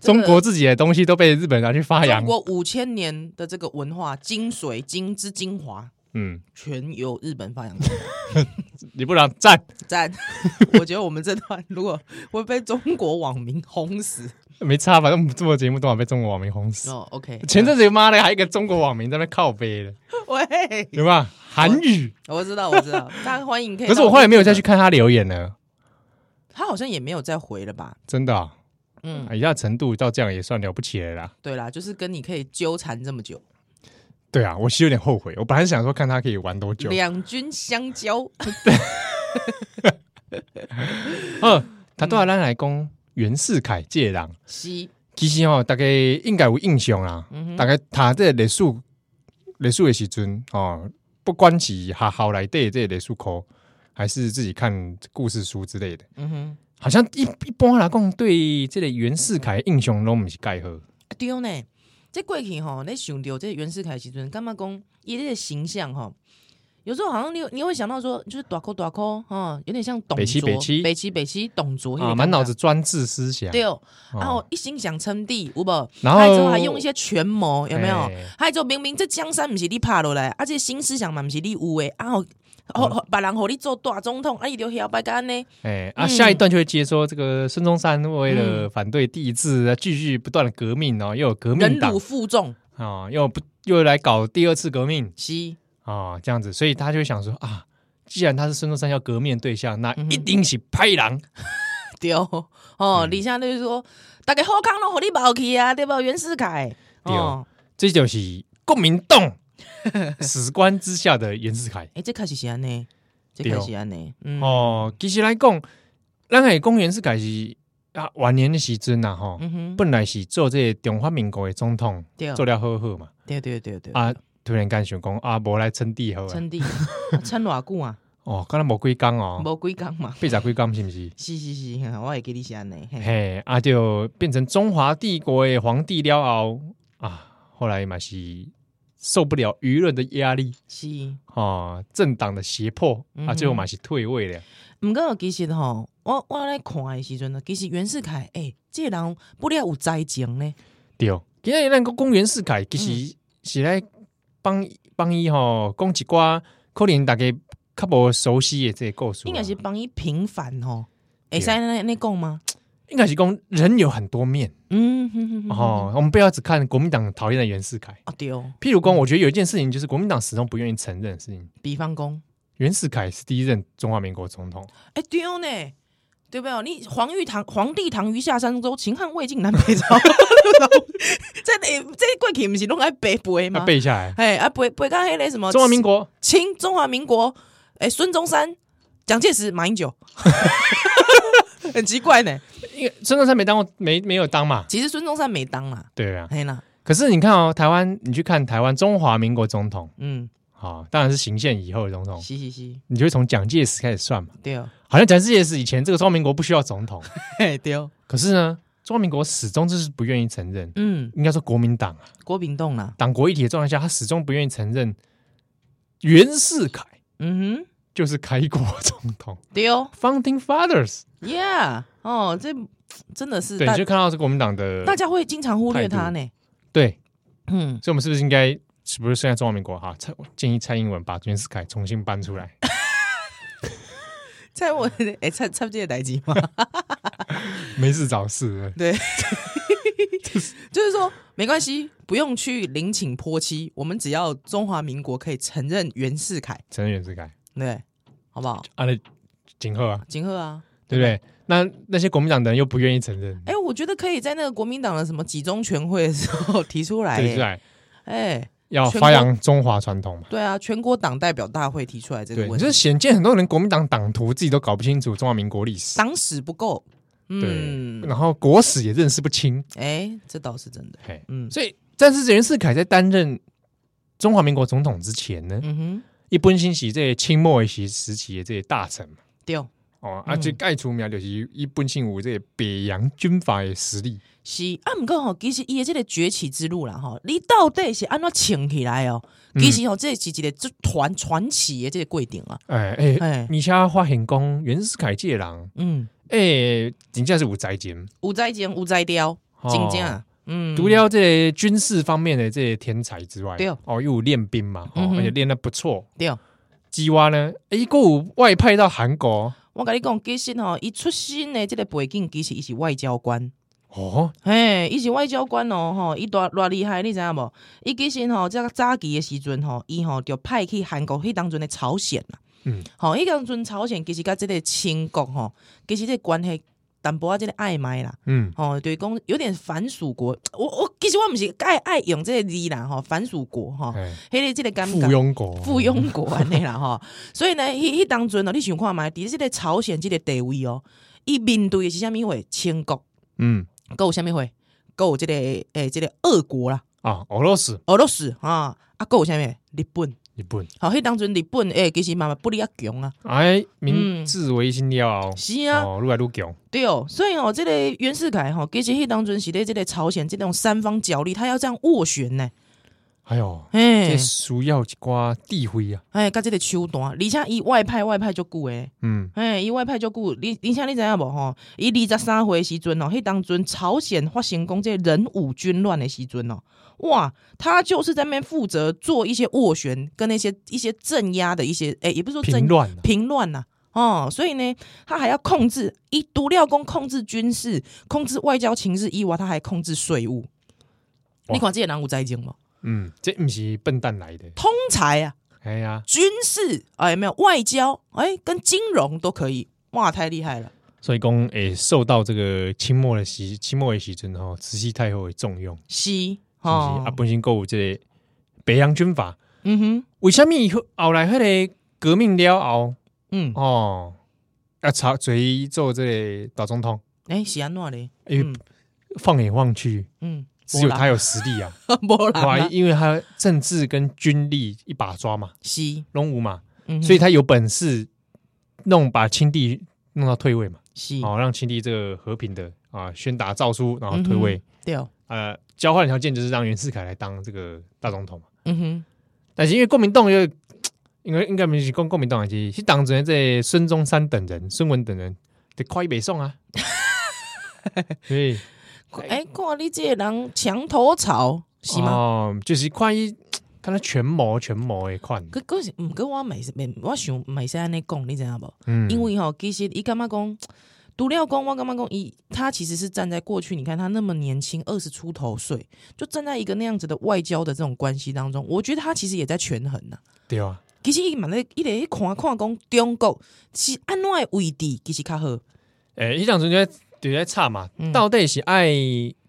Speaker 2: 这
Speaker 1: 中
Speaker 2: 个
Speaker 1: 国自己的东西都被日本拿去发扬
Speaker 2: 中？国五千年的这个文化精髓、精之精华，
Speaker 1: 嗯，
Speaker 2: 全由日本发扬。
Speaker 1: 你不然赞。
Speaker 2: 赞！我觉得我们这段如果会被中国网民轰死
Speaker 1: 没差，反正我们做节目都好被中国网民轰死。
Speaker 2: 哦。OK，
Speaker 1: 前阵子妈的还有一个中国网民在那边靠背了，
Speaker 2: 喂，
Speaker 1: 有没有？韩语，
Speaker 2: 哦我知道，我 知道，大家欢迎可以到。
Speaker 1: 可是我后来没有再去看他留言了，
Speaker 2: 他好像也没有再回了吧？
Speaker 1: 真的啊、
Speaker 2: 嗯，
Speaker 1: 哎呀，程度到这样也算了不起了啦。
Speaker 2: 对啦，就是跟你可以纠缠这么久，
Speaker 1: 对啊，我其实有点后悔，我本来想说看他可以玩多久。
Speaker 2: 两军相交。
Speaker 1: 嗯，他对咱来讲，袁世凯这人，
Speaker 2: 西，
Speaker 1: 其实哦，大概应该有印象啦。
Speaker 2: 嗯
Speaker 1: 大
Speaker 2: 哼，
Speaker 1: 概他这个历史历史的时阵哦，不管是学校内底的这个历史课，还是自己看故事书之类的，
Speaker 2: 嗯哼，
Speaker 1: 好像一一般来讲，对这个袁世凯的印象拢不是盖好。
Speaker 2: 啊对呢。这过去吼，你想到这袁世凯的时阵，干嘛讲伊这个形象吼？有时候好像你你会想到说，就是短裤短裤哈，有点像董
Speaker 1: 北齐
Speaker 2: 卓，
Speaker 1: 北齐
Speaker 2: 北齐北齐董卓那个
Speaker 1: 啊，
Speaker 2: 感
Speaker 1: 满脑
Speaker 2: 觉
Speaker 1: 子专制思想，
Speaker 2: 对，
Speaker 1: 哦
Speaker 2: 然后一心想称帝，有无？
Speaker 1: 然后
Speaker 2: 还之后还用一些权谋，有没有
Speaker 1: 哎？
Speaker 2: 还之后明明这江山不是你拍落来，而且新思想嘛不是你有的，啊，
Speaker 1: 嗯
Speaker 2: 哦，别人和你做大总统，啊，伊就摇摆干呢，
Speaker 1: 哎啊，
Speaker 2: 嗯
Speaker 1: 下一段就会接说这个孙中山为了反对帝制，啊，继续不断的革命哦，又有革
Speaker 2: 忍
Speaker 1: 命党
Speaker 2: 辱负重，
Speaker 1: 啊，又不又来搞第二次革命
Speaker 2: 是
Speaker 1: 啊，这样子，所以他就会想说啊，既然他是孙中山要革命的对象，那
Speaker 2: 嗯哼
Speaker 1: 一定是拍狼
Speaker 2: 对哦。
Speaker 1: 嗯
Speaker 2: 李湘就是说，大家好康拢和你保去啊，对不？袁世凯，
Speaker 1: 对
Speaker 2: 哦，
Speaker 1: 这就是国民党 史观之下的袁世凯
Speaker 2: 哎，这开始是安呢，这
Speaker 1: 对哦
Speaker 2: 开始安呢，嗯，
Speaker 1: 哦。其实来讲，咱会讲袁世凯是啊晚年的时阵呐吼，
Speaker 2: 嗯哼，
Speaker 1: 本来是做这个中华民国的总统，
Speaker 2: 对
Speaker 1: 做了好好嘛。
Speaker 2: 对对对 对，
Speaker 1: 啊，突然间想讲啊，无来称帝好啊，
Speaker 2: 称帝，啊称偌久啊，
Speaker 1: 哦，敢若无几工哦，
Speaker 2: 无几工 嘛，
Speaker 1: 八十几工是毋是？
Speaker 2: 是是是，我会给你是安呢，嘿
Speaker 1: 嘿，啊，就变成中华帝国的皇帝了后啊，后来嘛是受不了舆论的压力
Speaker 2: 是。
Speaker 1: 哦，政党的胁迫
Speaker 2: 嗯
Speaker 1: 啊，
Speaker 2: 哼
Speaker 1: 最后嘛是退位了，
Speaker 2: 毋过其实吼，我我咧看的时阵呢，其实袁世凯诶、欸，这个人不料有才情呢，
Speaker 1: 对，今日咱个公园世界其实
Speaker 2: 嗯
Speaker 1: 是来帮帮伊吼讲一寡可能大家较无熟悉的这个故事啊。
Speaker 2: 应该是帮伊平反吼，
Speaker 1: 对
Speaker 2: 会
Speaker 1: 啊
Speaker 2: 使那那讲吗？
Speaker 1: 应该是讲人有很多面
Speaker 2: 嗯，哼哼哼
Speaker 1: 哦，我们不要只看国民党讨厌的袁世凯。
Speaker 2: 哦对哦，
Speaker 1: 譬如讲，我觉得有一件事情就是国民党始终不愿意承认的事情，
Speaker 2: 比方讲，
Speaker 1: 袁世凯是第一任中华民国总统。
Speaker 2: 哎对哦呢，对不对？你黄玉堂、皇帝堂于下山州，秦汉魏晋南北朝， 这诶这过去不是拢爱背背
Speaker 1: 他
Speaker 2: 吗？
Speaker 1: 背下来，
Speaker 2: 哎啊背背到迄个什么
Speaker 1: 中华民国
Speaker 2: 清中华民国，哎孙中山、蒋介石、马 英九， 很奇怪呢。
Speaker 1: 因为孙中山没当过，没没有当嘛，
Speaker 2: 其实孙中山没当啦，
Speaker 1: 对啊。
Speaker 2: 嘿啦，
Speaker 1: 可是你看哦，台湾，你去看台湾中华民国总统
Speaker 2: 嗯，
Speaker 1: 啊、哦当然是行宪以后的总统，
Speaker 2: 是是是，
Speaker 1: 你就会从蒋介石开始算嘛。
Speaker 2: 对哦，
Speaker 1: 好像蒋介石以前这个中华民国不需要总 统，
Speaker 2: 嘿对哦，
Speaker 1: 可是呢，中华民国始终就是不愿意承认，
Speaker 2: 嗯，
Speaker 1: 应该说国民党啊，
Speaker 2: 郭炳栋啦，
Speaker 1: 党国一体的状态下，他始终不愿意承认袁世凯
Speaker 2: 嗯
Speaker 1: 就是开国总统
Speaker 2: 哼，对哦
Speaker 1: （Founding Fathers）。
Speaker 2: ，Yeah，哦，这真的是
Speaker 1: 对，
Speaker 2: 大
Speaker 1: 你就看到是国民党的
Speaker 2: 大家会经常忽略他呢，
Speaker 1: 对，
Speaker 2: 嗯，
Speaker 1: 所以我们是不是应该是不是现在中华民国哈？蔡建议蔡英文把袁世凯重新搬出来。
Speaker 2: 在我 哎差差不这个代际嘛，
Speaker 1: 没事找事，
Speaker 2: 对， 就是说没关系，不用去陵寝泼漆，我们只要中华民国可以承认袁世凯，
Speaker 1: 承认袁世凯，
Speaker 2: 对，好不好？
Speaker 1: 啊，那景贺啊，
Speaker 2: 金鹤啊，
Speaker 1: 对不对？那那些国民党的人又不愿意承认，
Speaker 2: 哎、我觉得可以在那个国民党的什么集中全会的时候 提出来、
Speaker 1: 对，出
Speaker 2: 哎、
Speaker 1: 来
Speaker 2: 哎
Speaker 1: 要发扬中华传统嘛。
Speaker 2: 对啊，全国党代表大会提出来这个
Speaker 1: 对，
Speaker 2: 问
Speaker 1: 就是
Speaker 2: 题，
Speaker 1: 显见很多人国民党党徒自己都搞不清楚中华民国历史，
Speaker 2: 党史不够，
Speaker 1: 对，
Speaker 2: 嗯，
Speaker 1: 然后国史也认识不清，
Speaker 2: 哎、这倒是真的，
Speaker 1: 嘿，
Speaker 2: 嗯
Speaker 1: 所以但是袁世凯在担任中华民国总统之前呢，
Speaker 2: 嗯哼，
Speaker 1: 一般新喜这些清末时时期的这些大臣嘛，
Speaker 2: 对，
Speaker 1: 哦，啊，
Speaker 2: 嗯
Speaker 1: 最盖出名就是一般性有这些北洋军阀的实力，
Speaker 2: 是啊，不过吼，其实伊的这个崛起之路啦，吼，你到底是安怎请起来哦？
Speaker 1: 嗯
Speaker 2: 其实吼，这是一个这传传奇的这个规定啊，
Speaker 1: 哎哎
Speaker 2: 哎
Speaker 1: 你像发现讲袁世凯这个人，
Speaker 2: 嗯，
Speaker 1: 诶、真正是有才情，
Speaker 2: 有在讲，有在雕，
Speaker 1: 哦
Speaker 2: 真正，嗯，
Speaker 1: 除了这个军事方面的这些天才之外，
Speaker 2: 对
Speaker 1: 哦，又有练兵嘛，哦
Speaker 2: 嗯，哼
Speaker 1: 而且练得不错。
Speaker 2: 对。
Speaker 1: 鸡蛙呢，诶，还有外派到韩国，
Speaker 2: 我跟你讲，其实吼，伊出身的这个背景，其实伊是外交官。
Speaker 1: 哦，
Speaker 2: 嘿，伊是外交官哦，吼，伊偌偌厉害，你知影无？伊其实吼，这个早期的时阵吼，伊吼就派去韩国迄当阵的朝鲜啦。
Speaker 1: 嗯，
Speaker 2: 吼，迄当阵朝鲜其实甲即个清国吼，其实这个关系淡薄啊仔即个暧昧啦。
Speaker 1: 嗯，
Speaker 2: 吼，就是讲有点反蜀国。我我其实我毋是爱爱用即个字啦，吼，反蜀国吼，
Speaker 1: 哎，
Speaker 2: 迄个即个感
Speaker 1: 附
Speaker 2: 觉。
Speaker 1: 庸国，
Speaker 2: 哦附庸国安尼啦吼，所以呢，迄迄当阵哦，你想看嘛？伫即个朝鲜即个地位哦，伊面对的是啥物货？清国，
Speaker 1: 嗯，
Speaker 2: 还有啥物货？还有即、个诶，即、个俄国啦，
Speaker 1: 啊，俄罗斯、
Speaker 2: 俄罗斯啊，啊，还有啥物？日本。
Speaker 1: 日本，
Speaker 2: 好，迄当阵日本诶、其实嘛嘛不哩啊强啊，
Speaker 1: 哎，
Speaker 2: 嗯
Speaker 1: 明治维新了，
Speaker 2: 是啊，
Speaker 1: 哦，愈来愈强，
Speaker 2: 对哦，所以哦，即、个袁世凯吼、其实迄当阵是咧即个朝鲜即种三方角力，他要这样斡旋呢，
Speaker 1: 哎呦，
Speaker 2: 嘿
Speaker 1: 这，需要一寡智慧啊，
Speaker 2: 哎，甲即个手段，而且伊外派外派足久诶。
Speaker 1: 嗯，
Speaker 2: 嘿，伊外派足久，你而且你知影无吼？伊二十三岁的时阵哦，迄当阵朝鲜发生讲这人武军乱的时阵哦，哇，他就是在那边负责做一些斡旋跟那些一些镇压的一些，诶、也不是说镇
Speaker 1: 平乱啊
Speaker 2: 平乱呐、哦，所以呢，他还要控制，伊独料工控制军事、控制外交情势以外，他还控制税务。
Speaker 1: 哇
Speaker 2: 你看这个人有财经吗？
Speaker 1: 嗯，这不是笨蛋来的，
Speaker 2: 通财啊，
Speaker 1: 哎呀，
Speaker 2: 军事哎，没有外交哎，跟金融都可以，哇，太厉害了。
Speaker 1: 所以讲，诶，受到这个清末的时，清末的时阵吼，慈禧太后的重用，是
Speaker 2: 是，
Speaker 1: 不是？啊，本身购有这个北洋军阀，
Speaker 2: 嗯哼，
Speaker 1: 为什么后来迄个革命了后，
Speaker 2: 嗯，
Speaker 1: 哦，要查谁做这个大总统？
Speaker 2: 哎、是安怎咧？
Speaker 1: 因为
Speaker 2: 嗯
Speaker 1: 放眼望去，
Speaker 2: 嗯，
Speaker 1: 只有他有实力 啊！
Speaker 2: 无啦，
Speaker 1: 哇，
Speaker 2: 啦
Speaker 1: 因为他政治跟军力一把抓嘛，
Speaker 2: 是，
Speaker 1: 拢武嘛，
Speaker 2: 嗯哼，
Speaker 1: 所以他有本事弄把清帝弄到退位嘛，
Speaker 2: 是，
Speaker 1: 哦，让清帝这个和平的啊宣达诏书，然后退位。
Speaker 2: 对，嗯
Speaker 1: 呃，交换条件就是让袁世凯来当这个大总统嘛。
Speaker 2: 嗯哼，
Speaker 1: 但是因为国民党又应该应该不是讲国民党，是是当时这孙 中山等人、孙文等人得快北宋啊，所以
Speaker 2: 哎，看你这个人墙头草是吗？
Speaker 1: 哦，就是看伊，看他全毛全毛的款，
Speaker 2: 佮佮是毋过我袂袂，我想袂使安尼讲，你知影无？
Speaker 1: 嗯，
Speaker 2: 因为吼，其实伊感觉讲，独料工我感觉讲，伊他其实是站在过去，你看他那么年轻，二十出头岁，就站在一个那样子的外交的这种关系当中，我觉得他其实也在权衡呐、
Speaker 1: 对啊，
Speaker 2: 其实伊嘛咧，伊咧看看讲中国是安怎的位置，其实较好
Speaker 1: 诶、伊当时就在就在吵嘛，
Speaker 2: 嗯
Speaker 1: 到底是爱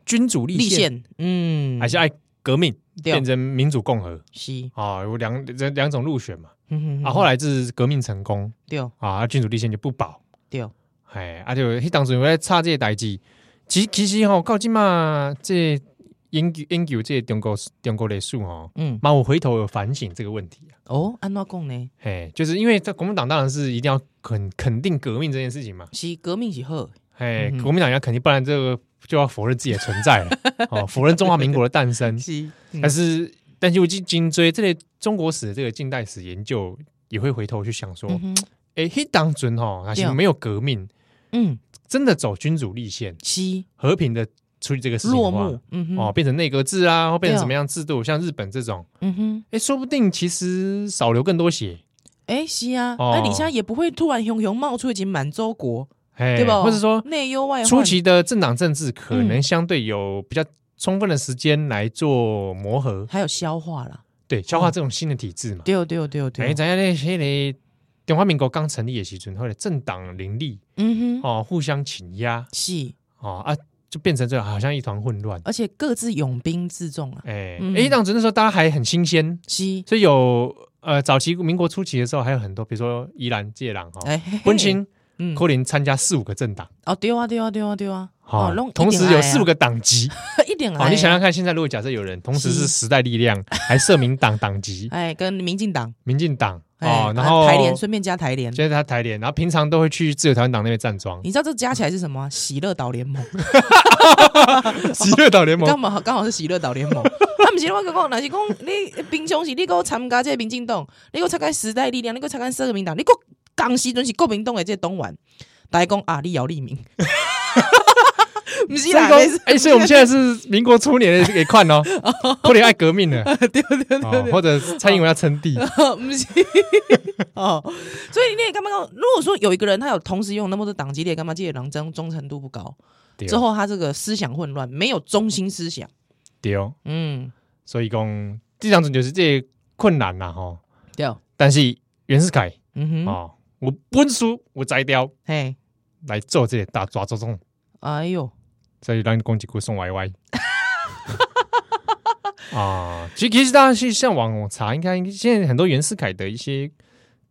Speaker 1: 君主立
Speaker 2: 立
Speaker 1: 宪，
Speaker 2: 宪，嗯，
Speaker 1: 还是爱革命
Speaker 2: 对
Speaker 1: 变，成民主共和
Speaker 2: 是，
Speaker 1: 啊？有两这两种入选嘛，
Speaker 2: 嗯
Speaker 1: 啊，后来是革命成功
Speaker 2: 对
Speaker 1: 啊，啊君主立宪就不保，
Speaker 2: 对，
Speaker 1: 哎，啊就迄当时有在吵这个代志，其其实吼、到即嘛，这个研究研究这个中国中国历史吼，
Speaker 2: 嗯，
Speaker 1: 嘛我回头有反省这个问题啊。
Speaker 2: 哦，安怎讲呢？
Speaker 1: 嘿，就是因为在国民党当然是一定要肯肯定革命这件事情嘛，
Speaker 2: 是革命是好的，
Speaker 1: 嘿，
Speaker 2: 嗯
Speaker 1: 国民党要肯定，不然这个就要否认自己的存 在了，哦，否认中华民国的诞生。
Speaker 2: 是，嗯
Speaker 1: 但是，但是我今今追这类中国史、这个近代史研究，也会回头去想说，
Speaker 2: 嗯哼
Speaker 1: 哎、迄当尊哈，还是
Speaker 2: 对啊
Speaker 1: 没有革命，
Speaker 2: 嗯，
Speaker 1: 真的走君主立宪，
Speaker 2: 是
Speaker 1: 和平的处理这个事情
Speaker 2: 落
Speaker 1: 的话
Speaker 2: 幕，，嗯哼，
Speaker 1: 哦，变成内阁制啊，或变成
Speaker 2: 对
Speaker 1: 什么样制度，像日本这种，
Speaker 2: 嗯哼。
Speaker 1: 哎、说不定其实少流更多血。
Speaker 2: 哎、是啊，
Speaker 1: 哦
Speaker 2: 那李家也不会突然熊熊冒出一集满洲国，
Speaker 1: 嘿
Speaker 2: 对吧？
Speaker 1: 哎或者说
Speaker 2: 内忧外患
Speaker 1: 初期的政党政治可
Speaker 2: 嗯
Speaker 1: 能相对有比较充分的时间来做磨合，
Speaker 2: 还有消化啦，
Speaker 1: 对，消
Speaker 2: 嗯
Speaker 1: 化这种新的体制嘛。
Speaker 2: 对对对对，
Speaker 1: 哎，咱家那些个中华民国刚成立的时阵，或者政党林立
Speaker 2: 嗯哼，
Speaker 1: 哦，互相倾压
Speaker 2: 是，
Speaker 1: 哦啊，就变成这好像一团混乱。
Speaker 2: 而且各自拥兵自重啊，
Speaker 1: 哎
Speaker 2: 嗯，
Speaker 1: 哎，当时那时候大家还很新鲜，
Speaker 2: 是，
Speaker 1: 所以有呃，早期民国初期的时候，还有很多，比如说宜兰、芥兰哈，
Speaker 2: 哎、嘿嘿
Speaker 1: 温，清
Speaker 2: 嗯，
Speaker 1: 柯林参加四五个政党，
Speaker 2: 哦，对啊对啊对啊对啊，
Speaker 1: 哦
Speaker 2: 哦，弄
Speaker 1: 同时有四五
Speaker 2: 个
Speaker 1: 个党籍。
Speaker 2: 一点来、
Speaker 1: 哦，你想想，看，现在如果假设有人同时
Speaker 2: 是
Speaker 1: 是时代力 量，还社民党党籍、
Speaker 2: 哎，跟民进党，
Speaker 1: 民进党
Speaker 2: 哎、
Speaker 1: 哦，然
Speaker 2: 啊
Speaker 1: 后
Speaker 2: 台联，顺便加台联。
Speaker 1: 现在他台联，然后平常都会去自由台湾党那边站 桩，
Speaker 2: 你知道这加起来是什么啊？喜乐岛联盟，
Speaker 1: 极乐岛联盟
Speaker 2: 刚好刚好是喜乐岛联盟。啊，不是我跟你讲，若是讲你平常时你给我参加这个民进党，你给我参加时代力量，你给我参加社民党，你给我刚时阵是国民党的这个党员，大家讲啊，你姚立明，不是啦，
Speaker 1: 所以
Speaker 2: 不
Speaker 1: 说
Speaker 2: 是
Speaker 1: 哎、所以我们现在是民国初年的给看哦，或者爱革命的，对对对，或者蔡英文要称帝，
Speaker 2: 不是哦，所以你也干嘛讲？如果说有一个人他有同时用那么多党籍，你也干嘛？这个人忠忠诚度不高，
Speaker 1: 对
Speaker 2: 之后他这个思想混乱，没有中心思想，
Speaker 1: 对哦，
Speaker 2: 嗯，所
Speaker 1: 所以讲这两种就是这个困难啦吼。
Speaker 2: 对，哦
Speaker 1: 但是袁世凯
Speaker 2: 嗯哼，
Speaker 1: 哦，我本书我摘掉
Speaker 2: 嘿，
Speaker 1: 来做这个大抓周中，
Speaker 2: 哎呦，
Speaker 1: 所以让攻击股送歪歪。啊，其实其实大家去上网查，应该现在很多袁世凯的一些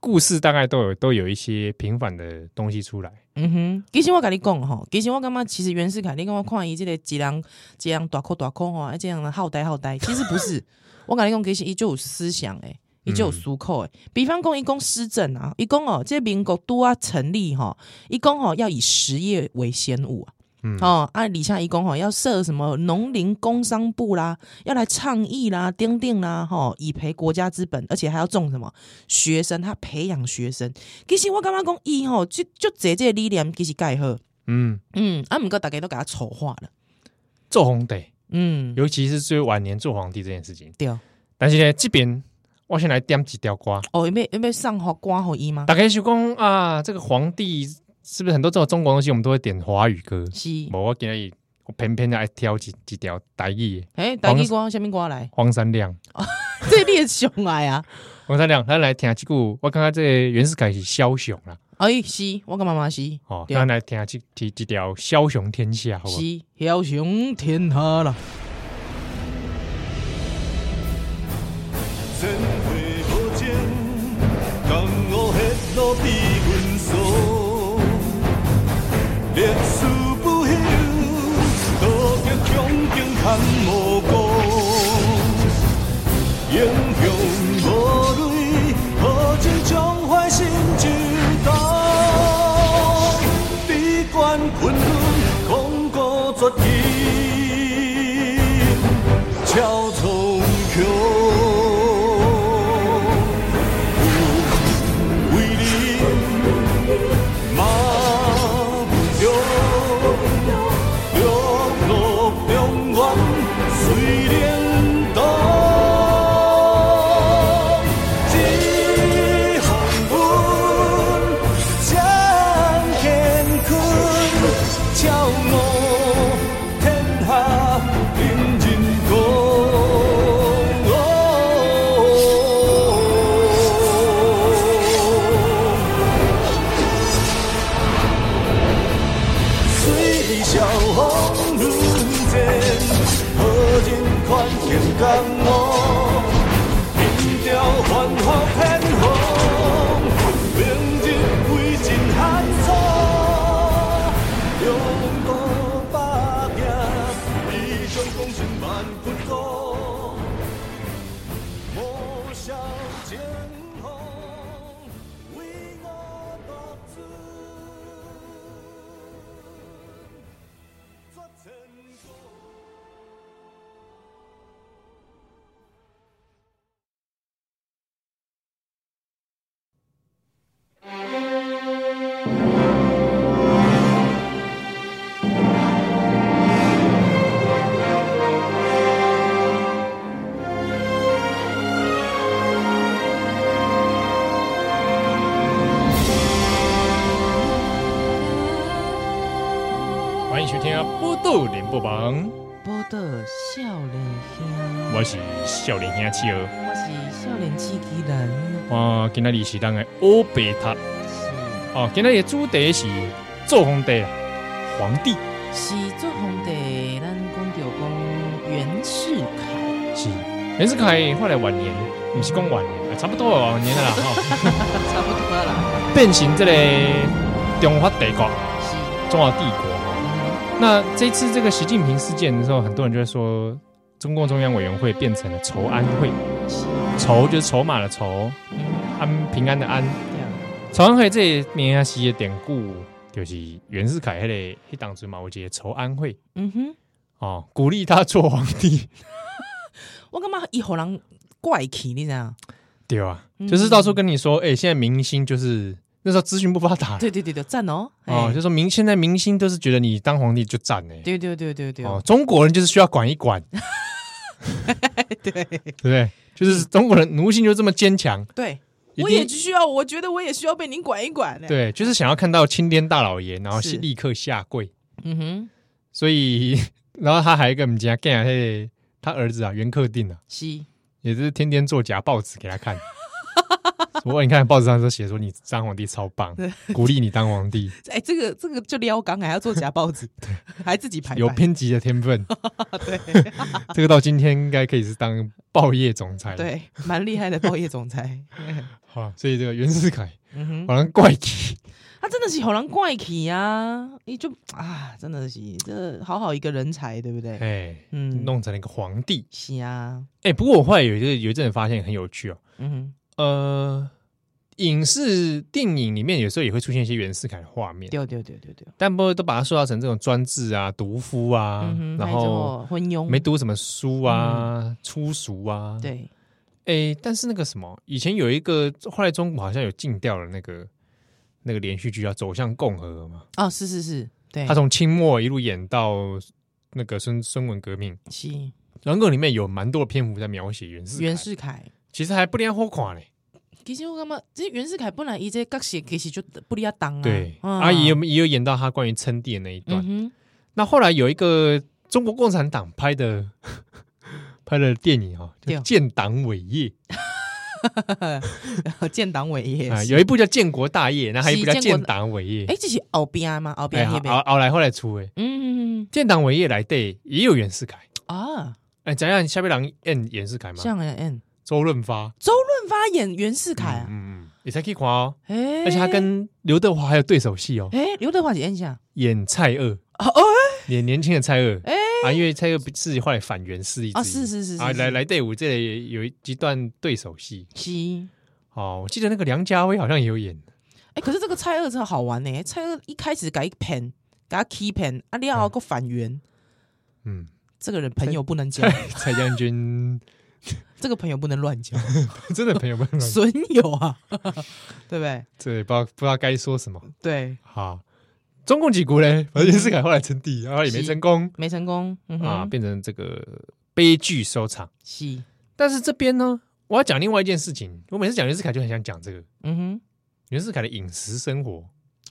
Speaker 1: 故事，大概都有都有一些平凡的东西出来。
Speaker 2: 嗯哼，其实我跟你讲吼，其实我感觉其实袁世凯，你跟我看伊这个一人一人大哭大哭吼，啊这样好呆好呆，其实不是。我跟你讲，其实伊就有思想诶，伊就有思考诶。比方讲，伊讲施政啊，伊讲哦，这个民国都啊成立吼，伊讲吼要以实业为先务啊。
Speaker 1: 嗯
Speaker 2: 哦，啊，李下伊讲吼，要设什么农林工商部啦，要来倡议啦、钉定啦，吼，以培国家之本，而且还要种什么学生，他培养学生。其实我感觉讲伊吼，就就这这个理念其实介好，
Speaker 1: 嗯，
Speaker 2: 嗯，啊，毋过大家都给他丑化了，
Speaker 1: 做红得。
Speaker 2: 嗯，
Speaker 1: 尤其是最晚年做皇帝这件事情。
Speaker 2: 对，哦，
Speaker 1: 但是呢，这边我先来点几条瓜，
Speaker 2: 有没有有没有上好瓜好伊吗？
Speaker 1: 大概就讲啊，这个皇帝是不是很多这种中国东西，我们都会点华语歌？
Speaker 2: 是，
Speaker 1: 我我建议我偏偏来挑几几条台语的，，
Speaker 2: 哎，大地瓜下面瓜来
Speaker 1: 黄山亮，
Speaker 2: 这列熊来啊，
Speaker 1: 黄山亮，他来听几句，我刚刚这个袁世凯是枭雄啦，
Speaker 2: 哎，是，我跟妈妈是
Speaker 1: 哦，
Speaker 2: 对
Speaker 1: 咱来听几几几条枭雄天下，好不好？
Speaker 2: 是枭雄天下啦，
Speaker 3: 前回无情，江湖迄路被阮锁。历史不朽，多杰强劲堪无辜。英雄无泪，何止壮怀心之道？悲观困顿，空谷绝境。超从桥，有为你马不中。
Speaker 1: 欢迎收听《波多连播榜》，
Speaker 2: 报道少年兄，
Speaker 1: 我是少年兄七儿，
Speaker 2: 我是少年机器人，
Speaker 1: 我今仔日是咱的欧白塔
Speaker 2: 是
Speaker 1: 哦，今仔日的主题是做皇帝啊，皇帝
Speaker 2: 是做皇帝，咱讲着讲袁世凯，
Speaker 1: 是袁世凯后来晚年，不是讲晚年，啊差不多晚年了啦，吼
Speaker 2: 差不多啦，
Speaker 1: 变成这个中华帝国、
Speaker 2: 是，
Speaker 1: 中华帝国吼。
Speaker 2: 嗯
Speaker 1: 那这次这个习近平事件的时候，很多人就会说，中共中央委员会变成了筹安会，
Speaker 2: 是，
Speaker 1: 筹就是筹码的筹，
Speaker 2: 嗯，
Speaker 1: 安平安的安。
Speaker 2: 对啊，
Speaker 1: 筹安会这名啊是的典故，就是袁世凯迄、那个迄当时嘛，有一个筹安会
Speaker 2: 嗯哼，
Speaker 1: 哦，鼓励他做皇帝，
Speaker 2: 我感觉伊互人怪气，你知影？
Speaker 1: 对啊，
Speaker 2: 嗯
Speaker 1: 就是到处跟你说，哎、现在明星就是那时候资讯不发达。
Speaker 2: 对对对对，赞哦，
Speaker 1: 哦，
Speaker 2: 嘿
Speaker 1: 就说明现在明星都是觉得你当皇帝就赞哎、
Speaker 2: 对对对对对，
Speaker 1: 哦，中国人就是需要管一 管，对不对？就是中国人奴性就这么坚强，
Speaker 2: 对，
Speaker 1: 一
Speaker 2: 嗯我也
Speaker 1: 定
Speaker 2: 只需要，我觉得我也需要被您管一管呢。，啊
Speaker 1: 对，就是想要看到青天大老爷，然后
Speaker 2: 是
Speaker 1: 立刻下跪。
Speaker 2: 嗯哼，
Speaker 1: 所以，然后他还有一个我们家干嘿，他儿子啊袁克定啊，
Speaker 2: 是，
Speaker 1: 也是天天做假报纸给他 看。不过你看报纸上都写说你当皇帝超棒，鼓励你当皇帝，
Speaker 2: 哎，这个这个就撩缸，还要做假报 纸，还自己排版
Speaker 1: 有编辑的天 分。
Speaker 2: 对
Speaker 1: 这个到今天应该可以是当报业总裁了。，
Speaker 2: 对，蛮厉害的报业总裁。
Speaker 1: 好，所以这个袁世凯
Speaker 2: 嗯哼，
Speaker 1: 好像怪奇。
Speaker 2: 他真的是好人怪气啊！你就啊，真的是这好好一个人才，对不对？
Speaker 1: 哎，
Speaker 2: 嗯，
Speaker 1: 弄成了一个皇帝。
Speaker 2: 是啊，
Speaker 1: 哎、不过我后来有一个有一阵子发现很有趣哦，
Speaker 2: 嗯
Speaker 1: 呃，影视电影里面有时候也会出现一些袁世凯的画面
Speaker 2: 哼，，对对对对对，
Speaker 1: 但不过都把它塑造成这种专制啊、独夫啊，
Speaker 2: 嗯哼，
Speaker 1: 然
Speaker 2: 还有这
Speaker 1: 后
Speaker 2: 种嗯昏庸
Speaker 1: 没读什么书啊、粗俗啊。，
Speaker 2: 对，
Speaker 1: 哎、但是那个什么，以前有一个后来中国好像有禁掉了那个那个连续剧叫《走向共和》嘛，
Speaker 2: 哦，是是是，对，
Speaker 1: 他从清末一路演到那个孙孙文革命，
Speaker 2: 是
Speaker 1: 然后那个里面有蛮多的篇幅在描写袁世凯，
Speaker 2: 袁世凯。
Speaker 1: 其实还不连好看嘞。
Speaker 2: 其实我感觉，这袁世凯本来伊这角色其实就不哩啊当啊。
Speaker 1: 对，
Speaker 2: 嗯
Speaker 1: 阿姨有也有演到他关于称帝的那一段。
Speaker 2: 嗯哼，
Speaker 1: 那后来有一个中国共产党拍的拍的电影哦，叫
Speaker 2: 对
Speaker 1: 《建党伟业》
Speaker 2: 然后建党伟业
Speaker 1: 啊，
Speaker 2: 是
Speaker 1: 有一部叫《建国大业》，然后还有一部叫《
Speaker 2: 是建国
Speaker 1: 建党伟业
Speaker 2: 哎，》。这是后边吗？后
Speaker 1: 哎，
Speaker 2: 边
Speaker 1: 后
Speaker 2: 那边
Speaker 1: 后，后来后来出诶，《
Speaker 2: 嗯嗯
Speaker 1: 建党伟业》来对也有袁世凯。
Speaker 2: 嗯啊，
Speaker 1: 哎，讲讲下边人演袁世凯嘛，
Speaker 2: 像哎嗯，
Speaker 1: 周润发，
Speaker 2: 周润发演袁世凯
Speaker 1: 嗯
Speaker 2: 啊，
Speaker 1: 嗯嗯，也才可以看哦。
Speaker 2: 哎，
Speaker 1: 而且他跟刘德华还有对手戏哦，
Speaker 2: 哎刘德华是演啥？
Speaker 1: 演蔡锷，
Speaker 2: 哦哦，
Speaker 1: 演年轻的蔡锷。
Speaker 2: 哎
Speaker 1: 啊，因为蔡锷是后来反袁势力之
Speaker 2: 啊
Speaker 1: 一
Speaker 2: 是是是
Speaker 1: 啊，
Speaker 2: 是
Speaker 1: 来
Speaker 2: 是
Speaker 1: 来队伍这里有一一段对手戏
Speaker 2: 是。
Speaker 1: 哦，我记得那个梁家辉好像也有演，
Speaker 2: 哎，可是这个蔡锷真的好玩呢，蔡锷一开始改一 pen，给他 key pen，啊，廖个反袁，
Speaker 1: 嗯，
Speaker 2: 这个人朋友不 能交，
Speaker 1: 蔡蔡将 军
Speaker 2: 这个朋友不能 乱交，
Speaker 1: 真的朋友们，
Speaker 2: 损友啊， 对不对？
Speaker 1: 对，不知道不知道该说什么
Speaker 2: 对，
Speaker 1: 好，中共几国嘞，反正袁世凯后来称帝，然后也没
Speaker 2: 是
Speaker 1: 成功
Speaker 2: 没成功，嗯
Speaker 1: 啊，
Speaker 2: 哼，
Speaker 1: 变成这个悲剧收场。
Speaker 2: 是，
Speaker 1: 但是这边呢，我要讲另外一件事情，我每次讲袁世凯就很想讲这个
Speaker 2: 嗯哼，
Speaker 1: 袁世凯的饮食生
Speaker 2: 哦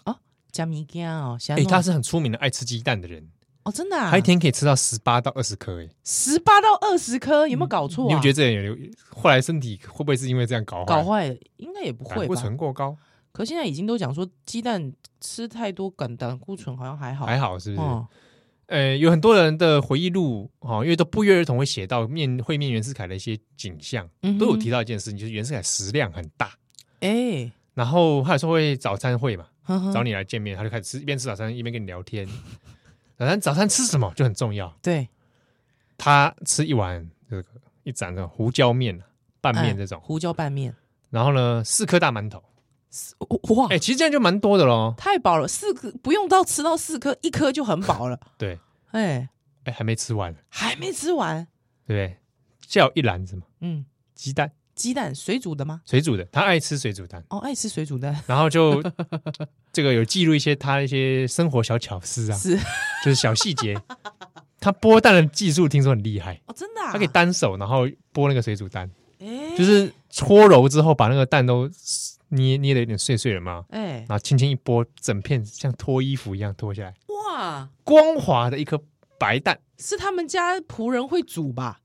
Speaker 1: 活，
Speaker 2: 加米羹哦，哎
Speaker 1: 哎，他是很出名的爱吃鸡蛋的人，
Speaker 2: 哦，真的啊，
Speaker 1: 他一天可以吃到十八到二十颗，哎，
Speaker 2: 十八到二十颗，有没有搞错啊？
Speaker 1: 嗯你们觉得这人有有后来身体会不会是因为这样搞坏？
Speaker 2: 搞坏了应该也不
Speaker 1: 胆
Speaker 2: 会
Speaker 1: 固
Speaker 2: 吧？
Speaker 1: 醇过高，
Speaker 2: 可现在已经都讲说鸡蛋吃太多胆胆固醇好像还好，
Speaker 1: 还好是不是？
Speaker 2: 哦，
Speaker 1: 呃，有很多人的回忆录哦，因为都不约而同会写到面会面袁世凯的一些景象，
Speaker 2: 嗯
Speaker 1: 都有提
Speaker 2: 到，
Speaker 1: 到一件事情，就是袁世凯食量很大。
Speaker 2: 哎，
Speaker 1: 然后他有时候会早餐会嘛，
Speaker 2: 呵呵
Speaker 1: 找你来见面，他就开始吃，一边吃早餐一边跟你聊天。 早餐早餐吃什么就很重要。
Speaker 2: 对
Speaker 1: 他吃一碗这个一盏的胡椒面、拌面这种
Speaker 2: 哎，胡椒拌面，
Speaker 1: 然后呢四颗大馒头，
Speaker 2: 哇
Speaker 1: 哎、，其实这样就蛮多的咯。
Speaker 2: 太饱了，四颗不用到吃到四颗，一颗就很饱了，
Speaker 1: 对，
Speaker 2: 哎，
Speaker 1: 哎、还没吃完，
Speaker 2: 还没吃完，
Speaker 1: 对不对？叫一篮子嘛，
Speaker 2: 嗯，
Speaker 1: 鸡蛋
Speaker 2: 鸡蛋水煮的吗？
Speaker 1: 水煮的，他爱吃水煮蛋，
Speaker 2: 哦，爱吃水煮蛋
Speaker 1: 然后就这个有记录一些他一些生活小巧思啊，
Speaker 2: 是
Speaker 1: 就是小细节。他剥蛋的技术听说很厉害，
Speaker 2: 哦，真的啊，
Speaker 1: 他可以单手然后剥那个水煮蛋，
Speaker 2: 哎，
Speaker 1: 就是搓揉之后把那个蛋都捏捏的有点碎碎了嘛，
Speaker 2: 哎
Speaker 1: 然后轻轻一剥，整片像脱衣服一样脱下来，
Speaker 2: 哇，哇，
Speaker 1: 光滑的一颗白蛋，
Speaker 2: 是他们家仆人会煮吧？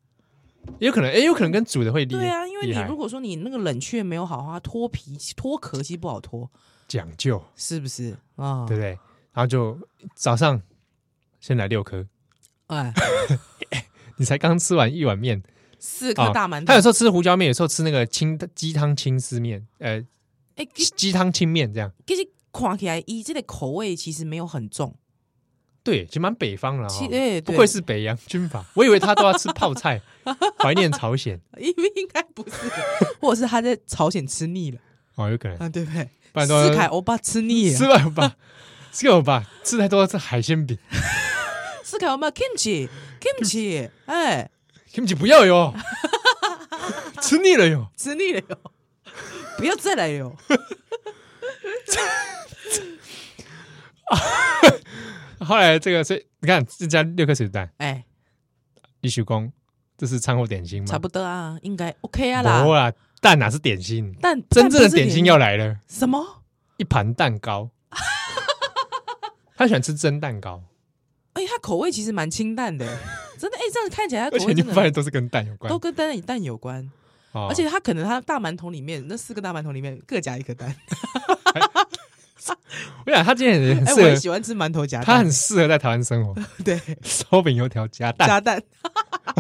Speaker 1: 也有可能，哎，有可能跟煮的会厉
Speaker 2: 对啊，因为
Speaker 1: 厉
Speaker 2: 你
Speaker 1: 害
Speaker 2: 如果说你那个冷却没有好的话，脱皮脱壳其实不好脱，
Speaker 1: 讲究，
Speaker 2: 是不是啊？
Speaker 1: 对不对？然后就早上先来六颗，
Speaker 2: 哎，
Speaker 1: 你才刚吃完一碗面，
Speaker 2: 四
Speaker 1: 啊
Speaker 2: 颗大馒头
Speaker 1: 他有，时候吃胡椒面，有时候吃那个清鸡汤清丝面，呃，
Speaker 2: 哎，
Speaker 1: 鸡
Speaker 2: 其
Speaker 1: 鸡汤清面这样。
Speaker 2: 其实看起来伊这个口味其实没有很重，
Speaker 1: 对，其实蛮北方了、
Speaker 2: 其
Speaker 1: 哦，
Speaker 2: 哎，
Speaker 1: 不
Speaker 2: 对
Speaker 1: 愧是北洋军阀，我以为他都要吃泡 菜，怀念朝鲜
Speaker 2: 因为应该不是，或者是他在朝鲜吃腻了
Speaker 1: 哦，有可能。
Speaker 2: 啊，对不对？
Speaker 1: 不然都
Speaker 2: 斯凯欧巴吃腻
Speaker 1: 吃
Speaker 2: 了，
Speaker 1: 完吧， 吃完吧，吃太多是海鲜饼
Speaker 2: 斯凯欧巴 kimchi kimchi，哎，
Speaker 1: ，kimchi 不要 哟，吃腻了哟，
Speaker 2: 吃腻了哟，不要再来哟，
Speaker 1: 后来这个，所以你看这家六颗水蛋，
Speaker 2: 哎，
Speaker 1: 李许光，这是餐后点心吗？
Speaker 2: 差不多啊，应该 OK 啊
Speaker 1: 没
Speaker 2: 啦。
Speaker 1: 啦，蛋哪是点心？
Speaker 2: 但
Speaker 1: 真正的
Speaker 2: 但不是
Speaker 1: 点心要来了，
Speaker 2: 什么？
Speaker 1: 一盘蛋 糕。他喜欢吃蒸蛋糕，
Speaker 2: 哎，它口味其实蛮清淡的，真的。哎，这样看起来它
Speaker 1: 而
Speaker 2: 口
Speaker 1: 且
Speaker 2: 味
Speaker 1: 你
Speaker 2: 真的
Speaker 1: 发现都是跟蛋有关
Speaker 2: 都，跟蛋蛋有关，
Speaker 1: 哦
Speaker 2: 而且它可能它大馒头里面那四个大馒头里面各夹一颗蛋。
Speaker 1: 我想他今天也很
Speaker 2: 哎，我很
Speaker 1: 适
Speaker 2: 喜
Speaker 1: 合，
Speaker 2: 欢吃馒头夹
Speaker 1: 他
Speaker 2: 蛋
Speaker 1: 很，适合在台湾生活，
Speaker 2: 对，
Speaker 1: 烧饼油条加蛋。
Speaker 2: 加蛋，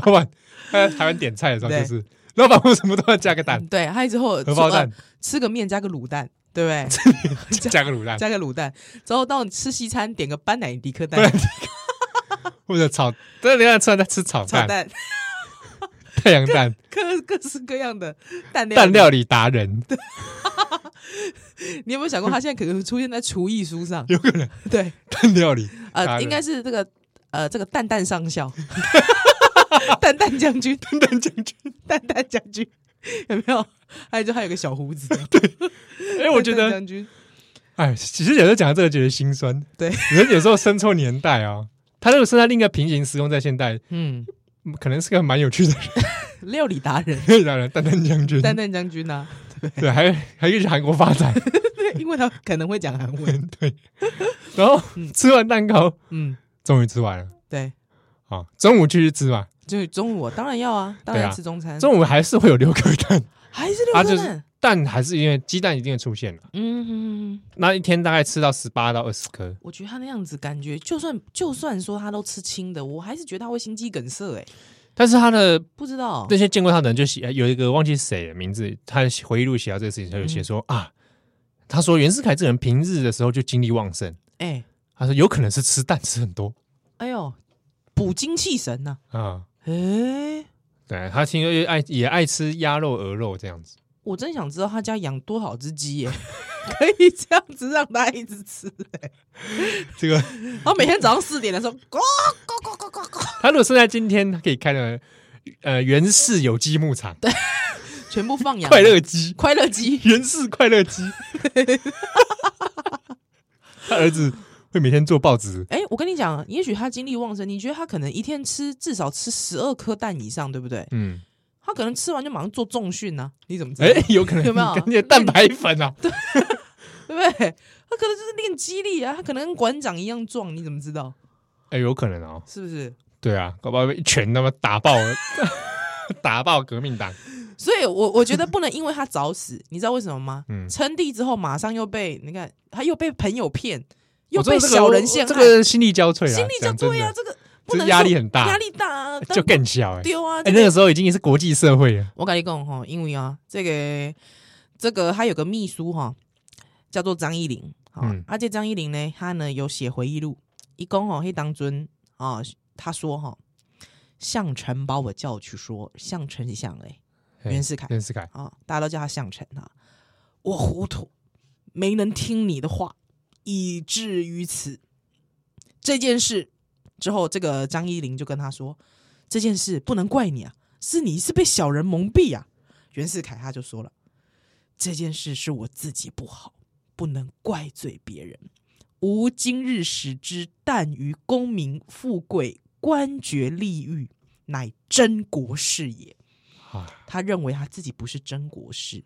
Speaker 1: 老板他在台湾点菜的时候
Speaker 2: 对
Speaker 1: 就是，老板为什么都要加个蛋？
Speaker 2: 对，还有之后
Speaker 1: 荷包蛋
Speaker 2: 呃吃个面加个卤蛋，对不对？ 加
Speaker 1: 加个卤蛋，
Speaker 2: 加个卤蛋，之后到你吃西餐点个班乃迪克
Speaker 1: 班
Speaker 2: 蛋
Speaker 1: 乃或者炒，但你看吃完再吃炒
Speaker 2: 炒
Speaker 1: 蛋、
Speaker 2: 蛋，
Speaker 1: 太阳蛋、
Speaker 2: 各各式各样的蛋料。
Speaker 1: 蛋料，理达人，
Speaker 2: 你有没有想过他现在可能出现在厨艺 书上？有可能。对，
Speaker 1: 蛋料理达
Speaker 2: 呃，
Speaker 1: 人
Speaker 2: 应该是这个呃这个蛋蛋上校， 蛋蛋将军，
Speaker 1: 蛋蛋将军。
Speaker 2: 蛋蛋将军有没有？还有就还有个小胡子，
Speaker 1: 哎，我觉得，
Speaker 2: 蛋蛋将军
Speaker 1: 哎，其实有时候讲到这个觉得心酸。
Speaker 2: 对，
Speaker 1: 人有时候生错年代啊，他如果生在另一个平行时空，在现代，
Speaker 2: 嗯，
Speaker 1: 嗯可能是个蛮有趣的
Speaker 2: 料理达 人，
Speaker 1: 人，当然蛋蛋将军，
Speaker 2: 蛋蛋将军呐、
Speaker 1: 对，还还可以去韩国发展。
Speaker 2: 对， 因为他可能会讲韩 文，
Speaker 1: 对，然后吃完蛋糕，
Speaker 2: 嗯，
Speaker 1: 终于吃完了
Speaker 2: 对。
Speaker 1: 啊，中午继续吃嘛，
Speaker 2: 就中午我当然要啊，当然
Speaker 1: 对
Speaker 2: 要
Speaker 1: 啊
Speaker 2: 吃中餐，
Speaker 1: 中午还是会有六颗蛋。
Speaker 2: 还是六
Speaker 1: 啊，
Speaker 2: 个
Speaker 1: 就
Speaker 2: 蛋，
Speaker 1: 是蛋还是因为鸡蛋一定会出现了，
Speaker 2: 嗯哼哼哼
Speaker 1: 那一天大概吃到十八到二十颗，
Speaker 2: 我觉得他那样子感觉，就算就算说他都吃青的，我还是觉得他会心肌梗塞哎、
Speaker 1: 但是他的
Speaker 2: 不知道
Speaker 1: 那些见过他的人就写有一个忘记谁的名字，他回忆录写到这个事情，他有写说、啊，他说袁世凯这个人平日的时候就精力旺盛，
Speaker 2: 哎、
Speaker 1: 他说有可能是吃蛋吃很多
Speaker 2: 哎呦，补精气神呐、
Speaker 1: 啊，
Speaker 2: 哎、
Speaker 1: 对他听说也爱也爱吃鸭肉鹅肉这样子，
Speaker 2: 我真想知道他家养多少只鸡耶， 可以这样子让他一直吃、欸，
Speaker 1: 这个
Speaker 2: 然后每天早上四点的时候，咕咕咕咕咕咕，
Speaker 1: 他如果生在今天，他可以开了呃袁氏有机牧场，
Speaker 2: 全部放养
Speaker 1: 快乐鸡，
Speaker 2: 快乐鸡，
Speaker 1: 袁氏快乐 鸡，他儿子会每天做报纸。
Speaker 2: 哎、我跟你讲，也许他精力旺盛，你觉得他可能一天吃至少吃十二颗蛋以上，对不对？
Speaker 1: 嗯，
Speaker 2: 他可能吃完就马上做重训呢、你怎么知道？
Speaker 1: 哎、有可能
Speaker 2: 有没有
Speaker 1: 跟那些蛋白粉啊？
Speaker 2: 对不对？他可能就是练肌力啊，他可能跟馆长一样壮，你怎么知道？
Speaker 1: 哎、有可能哦。
Speaker 2: 是不是？
Speaker 1: 对啊，搞不好被一拳他妈打爆了， 打爆革命党。
Speaker 2: 所以我我觉得不能因为他早死，你知道为什么吗？
Speaker 1: 嗯
Speaker 2: 称帝之后马上又被你看，他又被朋友骗，又
Speaker 1: 我
Speaker 2: 被小人陷害，
Speaker 1: 这个心力交瘁啊，
Speaker 2: 心力就
Speaker 1: 讲真
Speaker 2: 对啊，
Speaker 1: 的，
Speaker 2: 这个不能
Speaker 1: 这压力
Speaker 2: 说
Speaker 1: 很大
Speaker 2: 压力大啊，但
Speaker 1: 就更小哎、
Speaker 2: 丢啊！
Speaker 1: 哎、
Speaker 2: 这个
Speaker 1: 那个时候已经是国际社会了。
Speaker 2: 我跟你讲哈，因为啊，这个这个他有个秘书哈，叫做张一林。啊、
Speaker 1: 嗯
Speaker 2: 啊，这张一林呢，他呢有写回忆录，一共哦，黑当尊啊，他说哈，向晨把我叫去说，向晨是向嘞
Speaker 1: 嘿
Speaker 2: 袁世凯
Speaker 1: 袁世凯，
Speaker 2: 啊，大家都叫他向晨啊，我糊涂，没能听你的话，以至于此。这件事之后，这个张一林就跟他说，这件事不能怪你啊，是你是被小人蒙蔽啊。袁世凯他就说了，这件事是我自己不好，不能怪罪别人。吾今日使之惮于功名富贵、官爵利欲，乃真国事也。
Speaker 1: 啊
Speaker 2: 他认为他自己不是真国事，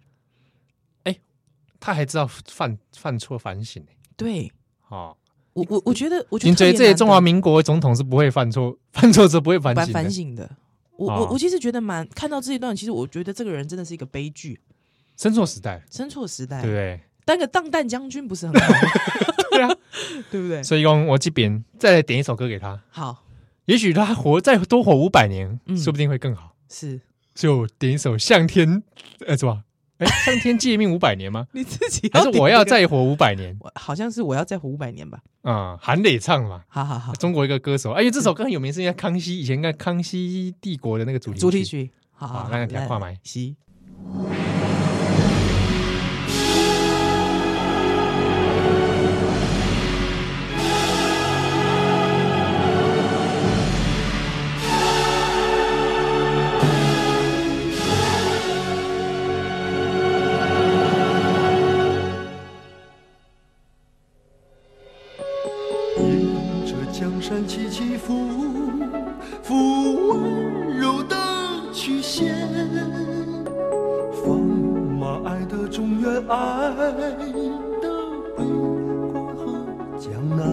Speaker 1: 他还知道犯犯错反省、欸、
Speaker 2: 对，
Speaker 1: 哦。
Speaker 2: 我我我觉得，我觉得
Speaker 1: 您觉得
Speaker 2: 特
Speaker 1: 这
Speaker 2: 别
Speaker 1: 些
Speaker 2: 难
Speaker 1: 中
Speaker 2: 得
Speaker 1: 华民国总统是不会犯错，犯错是不会反
Speaker 2: 反
Speaker 1: 省
Speaker 2: 反
Speaker 1: 的。
Speaker 2: 省的。我
Speaker 1: 啊
Speaker 2: 我我其实觉得蛮看到这一段，其实我觉得这个人真的是一个悲剧，
Speaker 1: 生错时代，
Speaker 2: 生错时代
Speaker 1: 对不。对？
Speaker 2: 当个荡旦将军不是很好吗？
Speaker 1: 对 啊，
Speaker 2: 对不对？
Speaker 1: 所以讲我这边再来点一首歌给他，
Speaker 2: 好，
Speaker 1: 也许他活再多活五百年，
Speaker 2: 嗯
Speaker 1: 说不定会更好。
Speaker 2: 是？
Speaker 1: 所以我点一首《向天》，呃，什么？哎，《向天借命五百年》吗
Speaker 2: 你自己
Speaker 1: 还是
Speaker 2: 顶
Speaker 1: 我
Speaker 2: 这
Speaker 1: 要
Speaker 2: 个，
Speaker 1: 再活五百年？
Speaker 2: 我好像是我要再活五百年吧。
Speaker 1: 啊，韩磊唱嘛，
Speaker 2: 好好好，
Speaker 1: 中国一个歌手，哎，因为这首歌很有名，是因为康熙以前看康熙帝国的那个主题
Speaker 2: 主题
Speaker 1: 曲。
Speaker 2: 曲，好
Speaker 1: 好咱来听看麦
Speaker 2: 是。
Speaker 3: 迎着江山起起伏伏温柔的曲线，放马爱的中原，爱的北国和江南，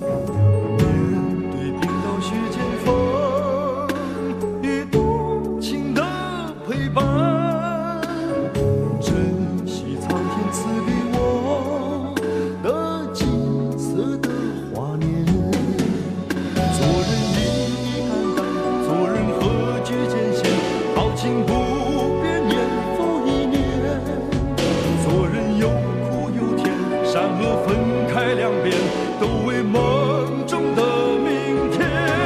Speaker 3: 面对冰刀雪剑风雨多情的陪伴。珍惜苍天赐给我的金色的华年。做人义义坦荡，做人何惧艰险，豪情不变年复一年。做人有苦有甜，善恶分开两边，都为梦中的明天。